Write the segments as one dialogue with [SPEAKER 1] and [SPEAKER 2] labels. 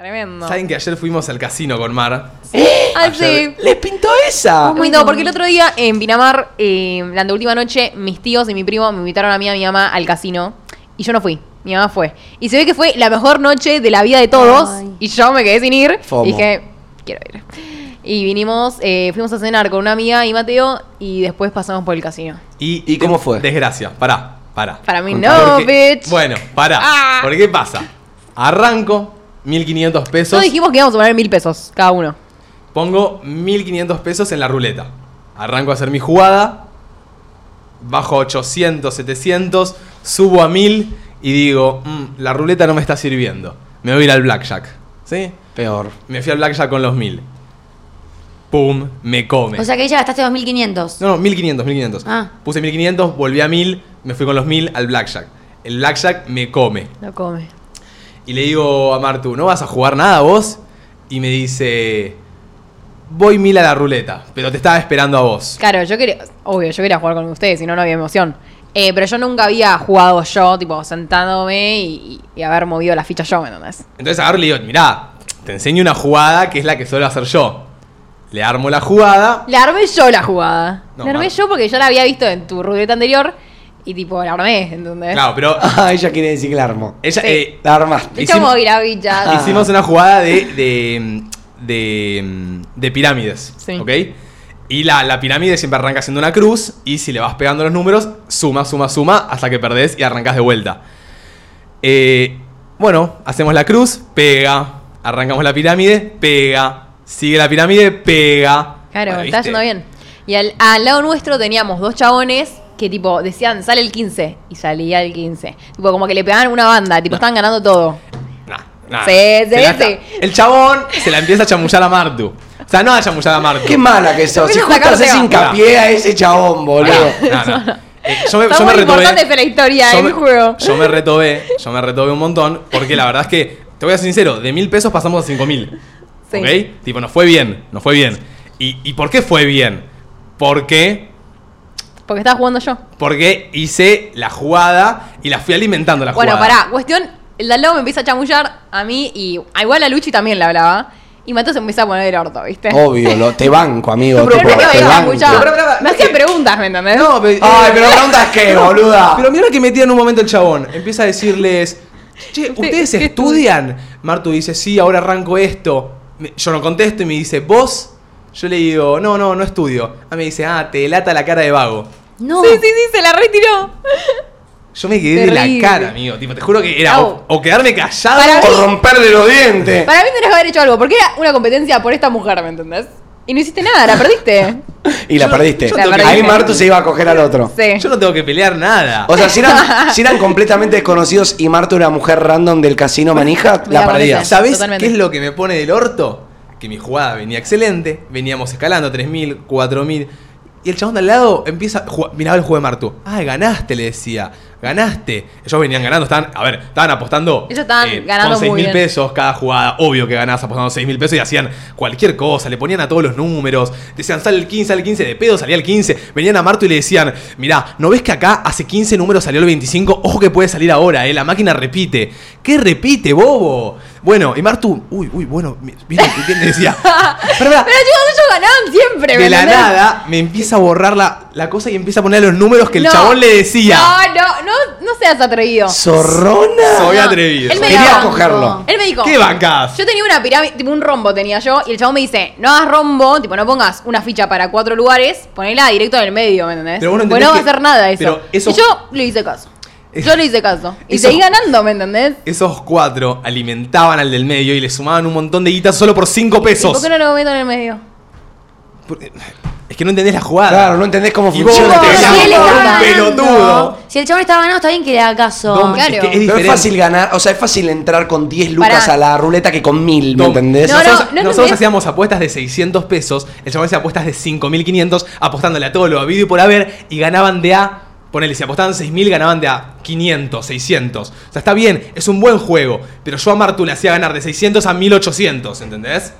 [SPEAKER 1] Tremendo.
[SPEAKER 2] ¿Saben que ayer fuimos al casino con Mar?
[SPEAKER 1] Ah,
[SPEAKER 2] Ayer-
[SPEAKER 1] sí.
[SPEAKER 3] ¡Les pintó esa!
[SPEAKER 1] Muy no, porque el otro día en Pinamar, eh, la última noche, mis tíos y mi primo me invitaron a mí y a mi mamá al casino y yo no fui. Mi mamá fue. Y se ve que fue la mejor noche de la vida de todos
[SPEAKER 4] Ay.
[SPEAKER 1] y yo me quedé sin ir.
[SPEAKER 3] FOMO.
[SPEAKER 1] Y dije, quiero ir. Y vinimos, eh, fuimos a cenar con una amiga y Mateo y después pasamos por el casino.
[SPEAKER 2] ¿Y,
[SPEAKER 3] ¿Y cómo fue?
[SPEAKER 2] Desgracia. Pará, pará.
[SPEAKER 1] Para mí
[SPEAKER 3] Contá.
[SPEAKER 1] no,
[SPEAKER 2] Porque-
[SPEAKER 1] bitch.
[SPEAKER 2] Bueno, pará.
[SPEAKER 1] Ah.
[SPEAKER 2] ¿Por qué pasa? Arranco, 1500 pesos.
[SPEAKER 1] Todos dijimos que íbamos a poner mil pesos cada uno.
[SPEAKER 2] Pongo 1500 pesos en la ruleta. Arranco a hacer mi jugada. Bajo a 800, 700. Subo a 1000. Y digo, "Mm, la ruleta no me está sirviendo. Me voy a ir al blackjack. ¿Sí?
[SPEAKER 3] Peor.
[SPEAKER 2] Me fui al blackjack con los 1000. Pum, me come.
[SPEAKER 4] O sea que ahí ya gastaste 2.500.
[SPEAKER 2] No, no, 1500, 1500.
[SPEAKER 4] Ah.
[SPEAKER 2] Puse 1500, volví a 1000, me fui con los 1000 al blackjack. El blackjack me come.
[SPEAKER 1] No come.
[SPEAKER 2] Y le digo a Martu, ¿no vas a jugar nada vos? Y me dice, voy 1000 a la ruleta, pero te estaba esperando a vos.
[SPEAKER 1] Claro, yo quería, obvio, yo quería jugar con ustedes, si no, no había emoción. Eh, pero yo nunca había jugado yo, tipo, sentándome y, y haber movido la ficha yo, ¿me entendés?
[SPEAKER 2] Entonces agarro y le digo, mirá, te enseño una jugada que es la que suelo hacer yo. Le armo la jugada.
[SPEAKER 1] La armé yo la jugada.
[SPEAKER 2] No,
[SPEAKER 1] la armé
[SPEAKER 2] Mar-
[SPEAKER 1] yo porque yo la había visto en tu ruleta anterior y, tipo, la armé, ¿entendés?
[SPEAKER 2] Claro, pero
[SPEAKER 3] Ah, ella quiere decir que la armó.
[SPEAKER 2] ella,
[SPEAKER 1] ¿Eh? Sí.
[SPEAKER 2] eh,
[SPEAKER 3] La armaste.
[SPEAKER 1] Yo
[SPEAKER 2] hicimos-
[SPEAKER 1] moví la ficha.
[SPEAKER 3] Ah.
[SPEAKER 2] Hicimos una jugada de. de. de, de pirámides.
[SPEAKER 1] Sí.
[SPEAKER 2] ¿Ok? Y la, la pirámide siempre arranca haciendo una cruz. Y si le vas pegando los números, suma, suma, suma, hasta que perdés y arrancas de vuelta. Eh, bueno, hacemos la cruz, pega. Arrancamos la pirámide, pega. Sigue la pirámide, pega.
[SPEAKER 1] Claro,
[SPEAKER 2] Bueno,
[SPEAKER 1] está
[SPEAKER 2] ¿viste?
[SPEAKER 1] yendo bien. Y al, al lado nuestro teníamos dos chabones que tipo decían, sale el 15 y salía el 15. Tipo, como que le pegaban una banda, tipo, estaban ganando todo.
[SPEAKER 2] Nah, nah.
[SPEAKER 1] Sí,
[SPEAKER 2] Se
[SPEAKER 1] sí,
[SPEAKER 2] la-
[SPEAKER 1] sí.
[SPEAKER 2] El chabón se la empieza a chamullar a Martu. O sea, no a chamullar a Martu.
[SPEAKER 3] Qué mala que sos. Si
[SPEAKER 1] Empieza a
[SPEAKER 3] justo
[SPEAKER 1] sacar
[SPEAKER 3] haces
[SPEAKER 1] tema.
[SPEAKER 3] hincapié a ese chabón, boludo.
[SPEAKER 2] No, no, no. Eh, yo me,
[SPEAKER 1] Está
[SPEAKER 2] yo me
[SPEAKER 1] muy
[SPEAKER 2] retobé.
[SPEAKER 1] importante para la historia eh,
[SPEAKER 2] yo
[SPEAKER 1] del
[SPEAKER 2] me-
[SPEAKER 1] juego.
[SPEAKER 2] Yo me retobé, yo me retobé un montón, porque la verdad es que, te voy a ser sincero, de mil pesos pasamos a cinco mil.
[SPEAKER 1] Sí.
[SPEAKER 2] ¿Ok? Tipo, nos fue bien, nos fue bien. ¿Y, y por qué fue bien? Porque,
[SPEAKER 1] Porque estaba jugando yo.
[SPEAKER 2] porque hice la jugada y la fui alimentando la
[SPEAKER 1] Bueno,
[SPEAKER 2] jugada.
[SPEAKER 1] pará, cuestión, el de al lado me empieza a chamullar a mí y ah, igual a Luchi también le hablaba. Y Mateo se empieza a poner el orto, ¿viste?
[SPEAKER 3] Obvio, lo, te banco, amigo.
[SPEAKER 1] Pero no
[SPEAKER 3] tipo,
[SPEAKER 1] es que me
[SPEAKER 3] te
[SPEAKER 1] había
[SPEAKER 3] banco.
[SPEAKER 1] chamullado.
[SPEAKER 2] Pero, pero, pero,
[SPEAKER 1] Me
[SPEAKER 2] es
[SPEAKER 1] hacían
[SPEAKER 2] que-
[SPEAKER 1] preguntas, ¿me entendés?
[SPEAKER 2] No, pero-
[SPEAKER 3] Ay, pero preguntas qué, boluda.
[SPEAKER 2] Pero mira que metía en un momento el chabón. Empieza a decirles, che,
[SPEAKER 1] Usted-
[SPEAKER 2] ¿ustedes
[SPEAKER 1] ¿qué
[SPEAKER 2] estudian? Martu dice, sí, ahora arranco esto. Me- Yo no contesto y me dice, ¿vos? Yo le digo, no, no, no estudio. Ah, me dice, ah, te delata la cara de vago.
[SPEAKER 4] No.
[SPEAKER 1] Sí, sí, sí, se la retiró.
[SPEAKER 2] Yo me quedé de
[SPEAKER 1] Terrible.
[SPEAKER 2] la cara, amigo. Tipo, te juro que era o,
[SPEAKER 1] Au.
[SPEAKER 2] o quedarme callado
[SPEAKER 1] Para
[SPEAKER 2] o
[SPEAKER 1] mí-
[SPEAKER 3] Por romperle los
[SPEAKER 2] Eh.
[SPEAKER 3] dientes.
[SPEAKER 1] Para mí tenés que haber hecho algo, porque era una competencia por esta mujer, ¿me entendés? Y no hiciste nada, la perdiste.
[SPEAKER 3] Y la
[SPEAKER 2] Yo-
[SPEAKER 3] perdiste.
[SPEAKER 2] yo
[SPEAKER 1] La tengo que-
[SPEAKER 3] Ahí
[SPEAKER 1] perdí.
[SPEAKER 3] Martu se iba a coger al otro.
[SPEAKER 1] Sí.
[SPEAKER 2] Yo no tengo que pelear nada.
[SPEAKER 3] O sea, si eran, si eran completamente desconocidos y Martu era mujer random del casino manija,
[SPEAKER 1] Me
[SPEAKER 3] la
[SPEAKER 1] la
[SPEAKER 3] perdías.
[SPEAKER 1] molesta.
[SPEAKER 2] ¿Sabes
[SPEAKER 1] totalmente.
[SPEAKER 2] qué es lo que me pone del orto? Que mi jugada venía excelente, veníamos escalando 3.000, 4.000. Y el chabón de al lado empieza. ju- Miraba el juego de Martu. Ay, ganaste, le decía. Ganaste. Ellos venían ganando, estaban. A ver, estaban apostando. eh,
[SPEAKER 1] Ellos estaban ganando
[SPEAKER 2] Con 6
[SPEAKER 1] muy
[SPEAKER 2] mil
[SPEAKER 1] bien.
[SPEAKER 2] pesos cada jugada. Obvio que ganás apostando 6 mil pesos y hacían cualquier cosa. Le ponían a todos los números. Decían, sale el 15, sale el 15. De pedo salía el 15. Venían a Martu y le decían, mirá, ¿no ves que acá hace 15 números salió el 25? Ojo que puede salir ahora, eh. La máquina repite. ¿Qué repite, bobo? Bueno, y Martu, uy, uy, bueno, mi- mira, ¿qué le decía? Pero,
[SPEAKER 1] Pero chicos, ellos ganaban siempre, ¿me
[SPEAKER 2] de la
[SPEAKER 1] entendés?
[SPEAKER 2] nada me empieza a borrar la, la cosa y empieza a poner los números que el
[SPEAKER 1] No.
[SPEAKER 2] chabón le decía.
[SPEAKER 1] No, no, no, no seas atrevido.
[SPEAKER 3] ¿Zorrona?
[SPEAKER 2] Soy
[SPEAKER 1] No,
[SPEAKER 2] atrevido.
[SPEAKER 1] él me
[SPEAKER 3] Quería
[SPEAKER 1] daba-
[SPEAKER 3] cogerlo.
[SPEAKER 1] Él me dijo.
[SPEAKER 2] ¿Qué bancas?
[SPEAKER 1] Yo tenía una pirámide, tipo un rombo tenía yo, y el chabón me dice, no hagas rombo, tipo no pongas una ficha para cuatro lugares, ponela directo en el medio, ¿me entendés?
[SPEAKER 2] Pero vos no
[SPEAKER 1] Porque
[SPEAKER 2] entendés
[SPEAKER 1] no va a
[SPEAKER 2] que-
[SPEAKER 1] hacer nada eso.
[SPEAKER 2] pero eso-
[SPEAKER 1] Y yo le hice caso. Yo le hice caso. Y
[SPEAKER 2] Eso-
[SPEAKER 1] seguí ganando, ¿me entendés?
[SPEAKER 2] Esos cuatro alimentaban al del medio y le sumaban un montón de guitas solo por cinco
[SPEAKER 1] ¿Y ¿Por
[SPEAKER 2] pesos.
[SPEAKER 1] qué no lo meto en el medio?
[SPEAKER 2] Por- Es que no entendés la jugada.
[SPEAKER 3] Claro, no entendés cómo
[SPEAKER 2] Y vos
[SPEAKER 3] funciona
[SPEAKER 2] te
[SPEAKER 3] este
[SPEAKER 4] Pero si
[SPEAKER 3] casino.
[SPEAKER 4] él
[SPEAKER 2] llamas
[SPEAKER 4] estaba
[SPEAKER 2] por un
[SPEAKER 4] ganando,
[SPEAKER 2] pelotudo.
[SPEAKER 4] Si el chabón estaba ganado, está bien que le haga caso.
[SPEAKER 2] Dom,
[SPEAKER 1] Claro.
[SPEAKER 2] es que es
[SPEAKER 3] Pero es
[SPEAKER 2] diferente.
[SPEAKER 3] fácil ganar, o sea, es fácil entrar con 10 lucas
[SPEAKER 1] Pará.
[SPEAKER 3] a la ruleta que con 1000, ¿me
[SPEAKER 2] Dom,
[SPEAKER 3] entendés?
[SPEAKER 1] No,
[SPEAKER 2] nosotros
[SPEAKER 1] no
[SPEAKER 2] nosotros
[SPEAKER 1] entendés.
[SPEAKER 2] hacíamos apuestas de 600 pesos, el chabón hacía apuestas de 5.500, apostándole a todo lo habido y por haber, y ganaban de a, ponele, si apostaban 6.000, ganaban de a 500, 600. O sea, está bien, es un buen juego, pero yo a Martu le hacía ganar de 600 a 1.800, ¿entendés?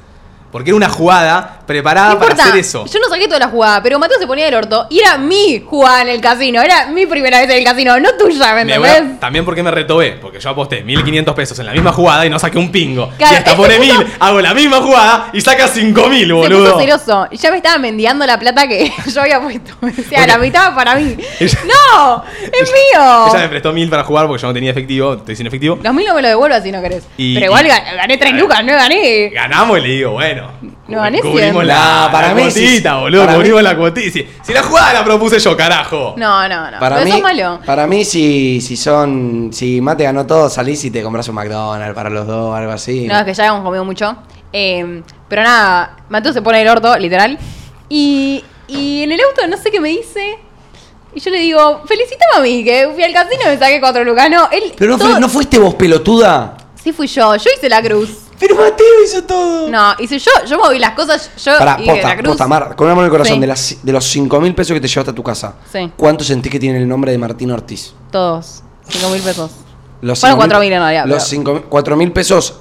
[SPEAKER 2] Porque era una jugada preparada
[SPEAKER 1] No
[SPEAKER 2] Ah, para
[SPEAKER 1] importa,
[SPEAKER 2] hacer eso.
[SPEAKER 1] Yo no saqué toda la jugada, pero Mateo se ponía del orto y era mi jugada en el casino. Era mi primera vez en el casino, no tuya, ¿me
[SPEAKER 2] Mi abuela-
[SPEAKER 1] entendés?
[SPEAKER 2] también porque me retobé, porque yo aposté 1500 pesos en la misma jugada y no saqué un pingo.
[SPEAKER 1] Claro,
[SPEAKER 2] y hasta
[SPEAKER 1] este
[SPEAKER 2] pone
[SPEAKER 1] puto-
[SPEAKER 2] 1000, hago la misma jugada y saca 5000,
[SPEAKER 1] Se
[SPEAKER 2] boludo.
[SPEAKER 1] puso celoso. Ya me estaba mendiando la plata que yo había puesto. Me decía,
[SPEAKER 2] Porque-
[SPEAKER 1] la mitad para mí.
[SPEAKER 2] Ella-
[SPEAKER 1] ¡No! ¡Es mío!
[SPEAKER 2] Ella me prestó 1000 para jugar porque yo no tenía efectivo, estoy sin efectivo.
[SPEAKER 1] Los mil no me lo devuelvas si no querés.
[SPEAKER 2] Y-
[SPEAKER 1] pero igual
[SPEAKER 2] y-
[SPEAKER 1] ga- gané tres lucas, no gané.
[SPEAKER 2] Ganamos y le digo, bueno.
[SPEAKER 1] No, gané
[SPEAKER 2] cubrimos
[SPEAKER 1] cien.
[SPEAKER 2] la,
[SPEAKER 3] No, para
[SPEAKER 2] la
[SPEAKER 3] mí sí,
[SPEAKER 2] cuotita, boludo.
[SPEAKER 3] para mí-
[SPEAKER 2] cubrimos la cuotita. Si, si la jugada la propuse yo, carajo.
[SPEAKER 1] No, no, no.
[SPEAKER 3] Para
[SPEAKER 1] pero
[SPEAKER 3] mí,
[SPEAKER 1] eso es malo.
[SPEAKER 3] para mí si, si son. Si Mate ganó todo, salís y te compras un McDonald's para los dos, algo así.
[SPEAKER 1] No, es que ya hemos comido mucho. Eh, pero nada, Mateo se pone el orto, literal. Y, y en el auto no sé qué me dice. Y yo le digo, felicítame a mí, que fui al casino y me saqué cuatro lucas. No, él.
[SPEAKER 3] Pero no, fue-
[SPEAKER 1] todo-
[SPEAKER 3] no fuiste vos pelotuda.
[SPEAKER 1] Sí fui yo, yo hice la cruz.
[SPEAKER 3] Pero Mateo hizo todo.
[SPEAKER 1] No, hice yo, yo moví las cosas, yo
[SPEAKER 3] Pará,
[SPEAKER 1] hice la
[SPEAKER 3] posta,
[SPEAKER 1] cruz.
[SPEAKER 3] posta, Mar, con una mano en el corazón,
[SPEAKER 1] Sí.
[SPEAKER 3] de, las, de los 5 mil pesos que te llevaste a tu casa,
[SPEAKER 1] Sí.
[SPEAKER 3] ¿cuánto sentís que tiene el nombre de Martín Ortiz?
[SPEAKER 1] Todos. Cinco mil pesos.
[SPEAKER 3] Los
[SPEAKER 1] Fueron
[SPEAKER 3] 5.000
[SPEAKER 1] 4.000 en realidad,
[SPEAKER 3] Los
[SPEAKER 1] pero-
[SPEAKER 3] 5.000 4.000 pesos,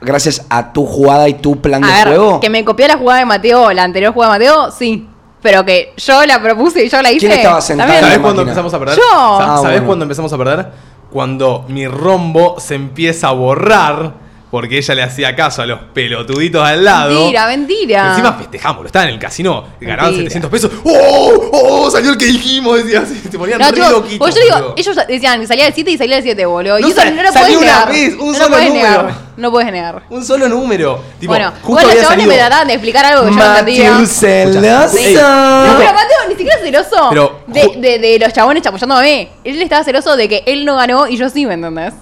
[SPEAKER 3] gracias a tu jugada y tu plan de
[SPEAKER 1] A ver,
[SPEAKER 3] juego.
[SPEAKER 1] que me copió la jugada de Mateo, la anterior jugada de Mateo, sí. Pero que yo la propuse y yo la hice.
[SPEAKER 3] ¿Quién estaba sentado?
[SPEAKER 1] también.
[SPEAKER 2] ¿Sabés
[SPEAKER 3] Ah, la
[SPEAKER 2] cuándo
[SPEAKER 3] máquina.
[SPEAKER 2] empezamos a perder?
[SPEAKER 1] Yo.
[SPEAKER 2] Sa-
[SPEAKER 3] Ah,
[SPEAKER 2] ¿Sabés
[SPEAKER 3] bueno.
[SPEAKER 2] cuándo empezamos a perder? Cuando mi rombo se empieza a borrar porque ella le hacía caso a los pelotuditos al lado.
[SPEAKER 1] Mentira, mentira.
[SPEAKER 2] Encima festejamos, estaba en el casino, ganaban
[SPEAKER 1] Mentira.
[SPEAKER 2] 700 pesos. ¡Oh! ¡Oh! Salió el que dijimos, decía así, te ponían
[SPEAKER 1] No,
[SPEAKER 2] re
[SPEAKER 1] chicos,
[SPEAKER 2] loquitos,
[SPEAKER 1] porque yo digo,
[SPEAKER 2] boludo.
[SPEAKER 1] ellos decían que salía del 7 y salía del 7, boludo.
[SPEAKER 2] No
[SPEAKER 1] y eso
[SPEAKER 2] sal-
[SPEAKER 1] no lo
[SPEAKER 2] salió
[SPEAKER 1] puedes
[SPEAKER 2] una
[SPEAKER 1] negar.
[SPEAKER 2] vez, un
[SPEAKER 1] no
[SPEAKER 2] solo
[SPEAKER 1] lo puedes
[SPEAKER 2] número.
[SPEAKER 1] negar. No puedes negar.
[SPEAKER 2] Un solo número. Tipo,
[SPEAKER 1] bueno,
[SPEAKER 2] justo
[SPEAKER 1] igual los
[SPEAKER 2] había
[SPEAKER 1] chavales me
[SPEAKER 2] salido-
[SPEAKER 1] trataban de explicar algo que yo no
[SPEAKER 3] Mateo
[SPEAKER 1] entendía.
[SPEAKER 3] Celoso.
[SPEAKER 1] Sí. No, pero Mateo ni siquiera celoso
[SPEAKER 2] Pero-
[SPEAKER 1] de, de- de los chabones chapuchándome a mí. Él estaba celoso de que él no ganó y yo sí, ¿me entendés?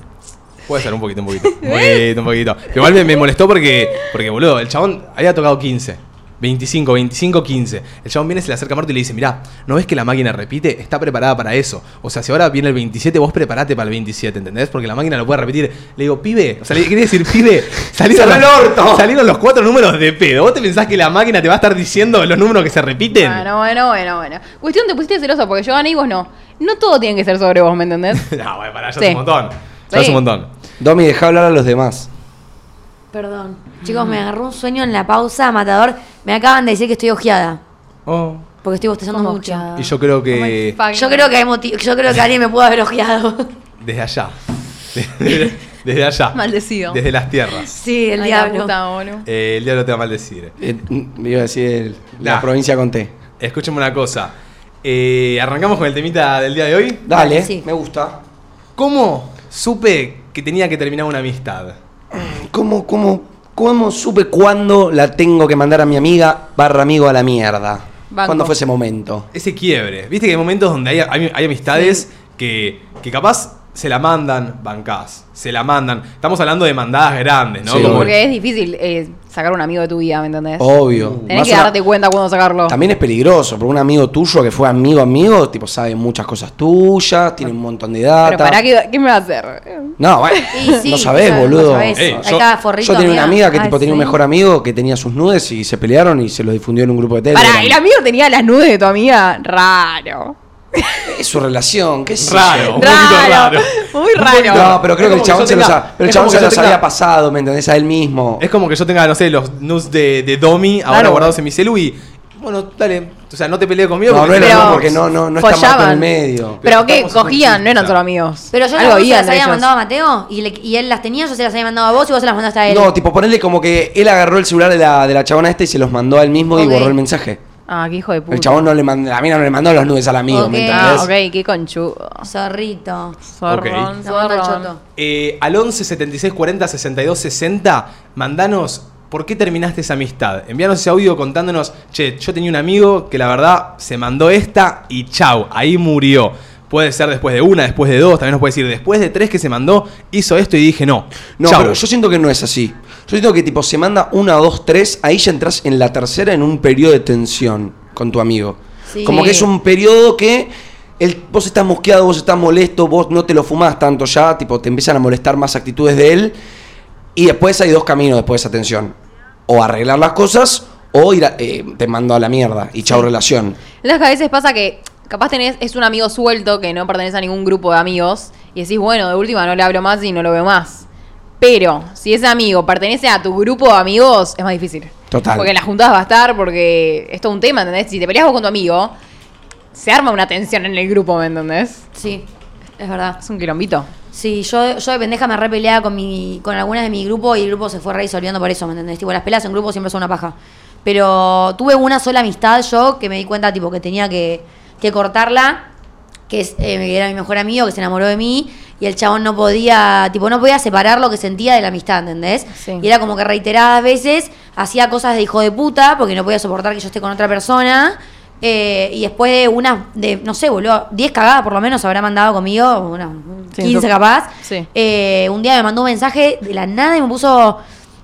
[SPEAKER 2] Puede ser un poquito, un poquito. Un poquito, un poquito. Igual me, me molestó porque, porque, boludo, el chabón había tocado 15. 25, 25, 15. El chabón viene, se le acerca a Marto y le dice, mirá, ¿no ves que la máquina repite? Está preparada para eso. O sea, si ahora viene el 27, vos preparate para el 27, ¿entendés? Porque la máquina lo puede repetir. Le digo, pibe, o sea, le quería decir, pibe, salieron,
[SPEAKER 3] Cerrá el orto.
[SPEAKER 2] salieron los cuatro números de pedo. ¿Vos te pensás que la máquina te va a estar diciendo los números que se repiten?
[SPEAKER 1] Bueno, bueno, bueno, bueno. Cuestión, te pusiste celoso porque yo gané y vos no. No todo tiene que ser sobre vos, ¿me entendés?
[SPEAKER 2] no, bueno, pará, ya
[SPEAKER 1] Sí.
[SPEAKER 2] es un montón. Ya es
[SPEAKER 1] Sí.
[SPEAKER 2] un montón.
[SPEAKER 3] Domi, deja hablar a los demás.
[SPEAKER 4] Perdón. Chicos, me agarró un sueño en la pausa, matador. Me acaban de decir que estoy ojeada.
[SPEAKER 2] Oh.
[SPEAKER 4] Porque estoy bostezando
[SPEAKER 1] ¿Cómo
[SPEAKER 4] mucho. Ah,
[SPEAKER 1] ojeada?
[SPEAKER 2] Y yo creo que...
[SPEAKER 1] Fucking
[SPEAKER 4] Yo creo que hay motivo, yo creo que alguien me pudo haber ojeado.
[SPEAKER 2] Desde allá. Desde, desde allá.
[SPEAKER 1] Maldecido.
[SPEAKER 2] Desde las tierras.
[SPEAKER 4] Sí, el
[SPEAKER 1] Ay, la
[SPEAKER 4] diablo.
[SPEAKER 1] puta, boludo.
[SPEAKER 2] Eh, el diablo te va a maldecir.
[SPEAKER 3] Eh, mm, iba a decir el- la
[SPEAKER 2] Nah.
[SPEAKER 3] provincia con T.
[SPEAKER 2] Escúchame una cosa. Eh, Arrancamos con el temita del día de hoy.
[SPEAKER 3] Dale,
[SPEAKER 4] Dale, sí.
[SPEAKER 3] me gusta.
[SPEAKER 2] ¿Cómo supe que tenía que terminar una amistad?
[SPEAKER 3] ¿Cómo, cómo, cómo supe cuándo la tengo que mandar a mi amiga barra amigo a la mierda?
[SPEAKER 1] Banco.
[SPEAKER 3] ¿Cuándo fue ese momento?
[SPEAKER 2] Ese quiebre. Viste que hay momentos donde hay, hay- hay amistades que, que capaz se la mandan, bancás. Se la mandan. Estamos hablando de mandadas grandes, ¿no?
[SPEAKER 3] Sí,
[SPEAKER 2] Como-
[SPEAKER 1] Porque es difícil eh, sacar un amigo de tu vida, ¿me entendés?
[SPEAKER 3] Obvio.
[SPEAKER 1] Tenés
[SPEAKER 3] Oh, Más
[SPEAKER 1] que
[SPEAKER 3] una-
[SPEAKER 1] darte cuenta cuando sacarlo.
[SPEAKER 3] También es peligroso, porque un amigo tuyo que fue amigo amigo, tipo, sabe muchas cosas tuyas, tiene un montón de data.
[SPEAKER 1] Pero para ¿qué, qué me va a hacer?
[SPEAKER 3] No, bueno,
[SPEAKER 4] Y sí,
[SPEAKER 3] no sabés,
[SPEAKER 4] no
[SPEAKER 3] boludo. Eh,
[SPEAKER 4] sabés.
[SPEAKER 2] Ey,
[SPEAKER 4] Ahí
[SPEAKER 2] yo-
[SPEAKER 4] estaba forrito,
[SPEAKER 3] Yo tenía una amiga que
[SPEAKER 4] Ay,
[SPEAKER 3] tipo tenía un
[SPEAKER 4] sí.
[SPEAKER 3] mejor amigo que tenía sus nudes y se pelearon y se los difundió en un grupo de Telegram.
[SPEAKER 1] Para, el amigo tenía las nudes de tu amiga. Raro.
[SPEAKER 3] Es su relación, qué sé
[SPEAKER 2] Raro.
[SPEAKER 3] yo.
[SPEAKER 2] Un poquito raro.
[SPEAKER 1] Muy
[SPEAKER 2] Un
[SPEAKER 1] raro.
[SPEAKER 2] poquito-
[SPEAKER 3] No, pero creo
[SPEAKER 2] Es
[SPEAKER 3] que el
[SPEAKER 2] como
[SPEAKER 3] chabón
[SPEAKER 2] que yo
[SPEAKER 3] se los,
[SPEAKER 2] tenga-
[SPEAKER 3] ha- pero el
[SPEAKER 2] es
[SPEAKER 3] chabón
[SPEAKER 2] como
[SPEAKER 3] se
[SPEAKER 2] que yo
[SPEAKER 3] los
[SPEAKER 2] tenga-
[SPEAKER 3] había pasado, ¿me entendés? A él mismo.
[SPEAKER 2] Es como que yo tenga, no sé, los nudes de, de Domi ahora
[SPEAKER 1] Claro.
[SPEAKER 2] guardados en mi celu y. Bueno, dale. O sea, no te pelees conmigo.
[SPEAKER 3] No, no
[SPEAKER 2] porque-
[SPEAKER 3] era
[SPEAKER 1] Pero-
[SPEAKER 3] no, porque no, no, no está Marto en el
[SPEAKER 1] follaban.
[SPEAKER 3] medio.
[SPEAKER 1] Pero que
[SPEAKER 2] Estamos en un
[SPEAKER 1] cogían, no eran
[SPEAKER 2] chiste.
[SPEAKER 1] solo amigos.
[SPEAKER 4] Pero yo
[SPEAKER 1] Algo
[SPEAKER 4] las nudes se
[SPEAKER 1] habían
[SPEAKER 4] las había
[SPEAKER 1] ellos.
[SPEAKER 4] mandado a Mateo y, le- y él las tenía, yo se las había mandado a vos y vos se las mandaste a él.
[SPEAKER 3] No, tipo, ponele como que él agarró el celular de la, de la chabona esta y se los mandó a él mismo
[SPEAKER 4] Ok.
[SPEAKER 3] y borró el mensaje.
[SPEAKER 1] Ah, qué hijo de puta.
[SPEAKER 3] El chabón no le mandó, la mina no le mandó los nudes al amigo, ¿me
[SPEAKER 4] Ok.
[SPEAKER 1] Ah,
[SPEAKER 3] entendés?
[SPEAKER 1] ok, qué conchudo.
[SPEAKER 4] Zorrito.
[SPEAKER 1] Zorrón,
[SPEAKER 4] La manda al
[SPEAKER 1] zorrón.
[SPEAKER 4] choto.
[SPEAKER 2] Eh, al 11 76 40 62 60, mandanos por qué terminaste esa amistad. Envíanos ese audio contándonos, che, yo tenía un amigo que la verdad se mandó esta y chau, ahí murió. Puede ser después de una, después de dos, también nos puede decir después de tres que se mandó, hizo esto y dije no.
[SPEAKER 3] No,
[SPEAKER 2] chau.
[SPEAKER 3] pero yo siento que no es así. Yo siento que tipo se manda una, dos, tres, ahí ya entras en la tercera en un periodo de tensión con tu amigo.
[SPEAKER 4] Sí.
[SPEAKER 3] Como que es un periodo que el, vos estás mosqueado, vos estás molesto, vos no te lo fumás tanto ya, tipo te empiezan a molestar más actitudes de él. Y después hay dos caminos después de esa tensión. O arreglar las cosas o ir a- eh, te mando a la mierda y chao relación.
[SPEAKER 1] Entonces, a veces pasa que capaz tenés, es un amigo suelto que no pertenece a ningún grupo de amigos y decís, bueno, de última no le hablo más y no lo veo más. Pero si ese amigo pertenece a tu grupo de amigos, es más difícil.
[SPEAKER 3] Total.
[SPEAKER 1] Porque en las juntadas va a estar, porque es todo un tema, ¿entendés? Si te peleas vos con tu amigo, se arma una tensión en el grupo, ¿me entendés?
[SPEAKER 4] Sí, es verdad.
[SPEAKER 1] Es un quilombito.
[SPEAKER 4] Sí, yo, yo de pendeja me re peleaba con, mi, con algunas de mi grupo y el grupo se fue re disolviendo por eso, ¿me entendés? Tipo, las peleas en grupo siempre son una paja. Pero tuve una sola amistad yo que me di cuenta, tipo, que tenía que, que cortarla, que es, eh, que era mi mejor amigo, que se enamoró de mí y el chabón no podía, tipo, no podía separar lo que sentía de la amistad, ¿entendés?
[SPEAKER 1] Sí.
[SPEAKER 4] Y era como que reiteradas veces hacía cosas de hijo de puta porque no podía soportar que yo esté con otra persona. eh, y después de unas, de, no sé, boludo, 10 cagadas por lo menos habrá mandado conmigo, unas
[SPEAKER 1] Sí,
[SPEAKER 4] 15
[SPEAKER 1] to-
[SPEAKER 4] capaz.
[SPEAKER 1] sí.
[SPEAKER 4] Eh, un día me mandó un mensaje de la nada y me puso,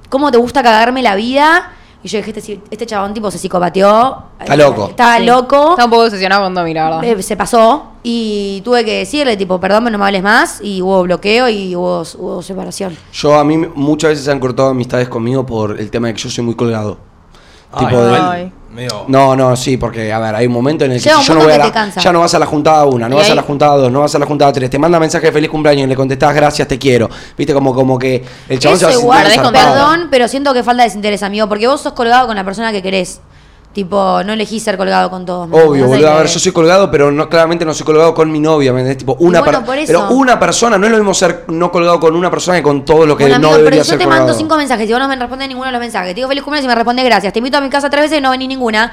[SPEAKER 4] ¿cómo te gusta cagarme la vida? Y yo dije, este, este chabón tipo se psicopateó.
[SPEAKER 3] Está loco.
[SPEAKER 4] Está
[SPEAKER 1] Sí.
[SPEAKER 4] loco.
[SPEAKER 1] Está un poco obsesionado con Domi, la verdad.
[SPEAKER 4] Eh, se pasó y tuve que decirle, tipo, perdón, pero no me hables más. Y hubo bloqueo y hubo, hubo separación.
[SPEAKER 3] Yo a mí muchas veces se han cortado amistades conmigo por el tema de que yo soy muy colgado.
[SPEAKER 2] Ay,
[SPEAKER 3] tipo de-
[SPEAKER 2] igual, medio-
[SPEAKER 3] No, no, sí, porque a ver, hay un momento en el que
[SPEAKER 4] Llega
[SPEAKER 3] si
[SPEAKER 4] un
[SPEAKER 3] yo no
[SPEAKER 4] punto
[SPEAKER 3] voy a
[SPEAKER 4] que
[SPEAKER 3] la-
[SPEAKER 4] te cansa.
[SPEAKER 3] ya no vas a la juntada una, no
[SPEAKER 1] Y
[SPEAKER 3] vas a
[SPEAKER 1] ahí-
[SPEAKER 3] la juntada dos, no vas a la juntada tres, te manda mensaje de feliz cumpleaños y le contestás gracias, te quiero. Viste como como que el chabón se
[SPEAKER 4] Eso
[SPEAKER 3] va
[SPEAKER 4] igual,
[SPEAKER 3] a
[SPEAKER 1] perdés
[SPEAKER 3] sentir
[SPEAKER 1] con-
[SPEAKER 3] zarpado.
[SPEAKER 4] perdón, pero siento que falta desinterés, amigo, porque vos sos colgado con la persona que querés. Tipo, no elegí ser colgado con todos. ¿me
[SPEAKER 3] Obvio,
[SPEAKER 4] entendés?
[SPEAKER 3] boludo. A
[SPEAKER 4] Hay
[SPEAKER 3] ver,
[SPEAKER 4] que-
[SPEAKER 3] yo soy colgado, pero no claramente no soy colgado con mi novia, ¿me entendés? Tipo, una
[SPEAKER 4] Y bueno,
[SPEAKER 3] per-
[SPEAKER 4] por eso.
[SPEAKER 3] Pero una persona, no es lo mismo ser no colgado con una persona que con todo lo que
[SPEAKER 4] Bueno,
[SPEAKER 3] no
[SPEAKER 4] amigo,
[SPEAKER 3] debería
[SPEAKER 4] pero yo
[SPEAKER 3] ser
[SPEAKER 4] te
[SPEAKER 3] colgado.
[SPEAKER 4] mando cinco mensajes y vos no me respondes ninguno de los mensajes. Te digo feliz cumpleaños y me respondes gracias. Te invito a mi casa tres veces y no vení ninguna.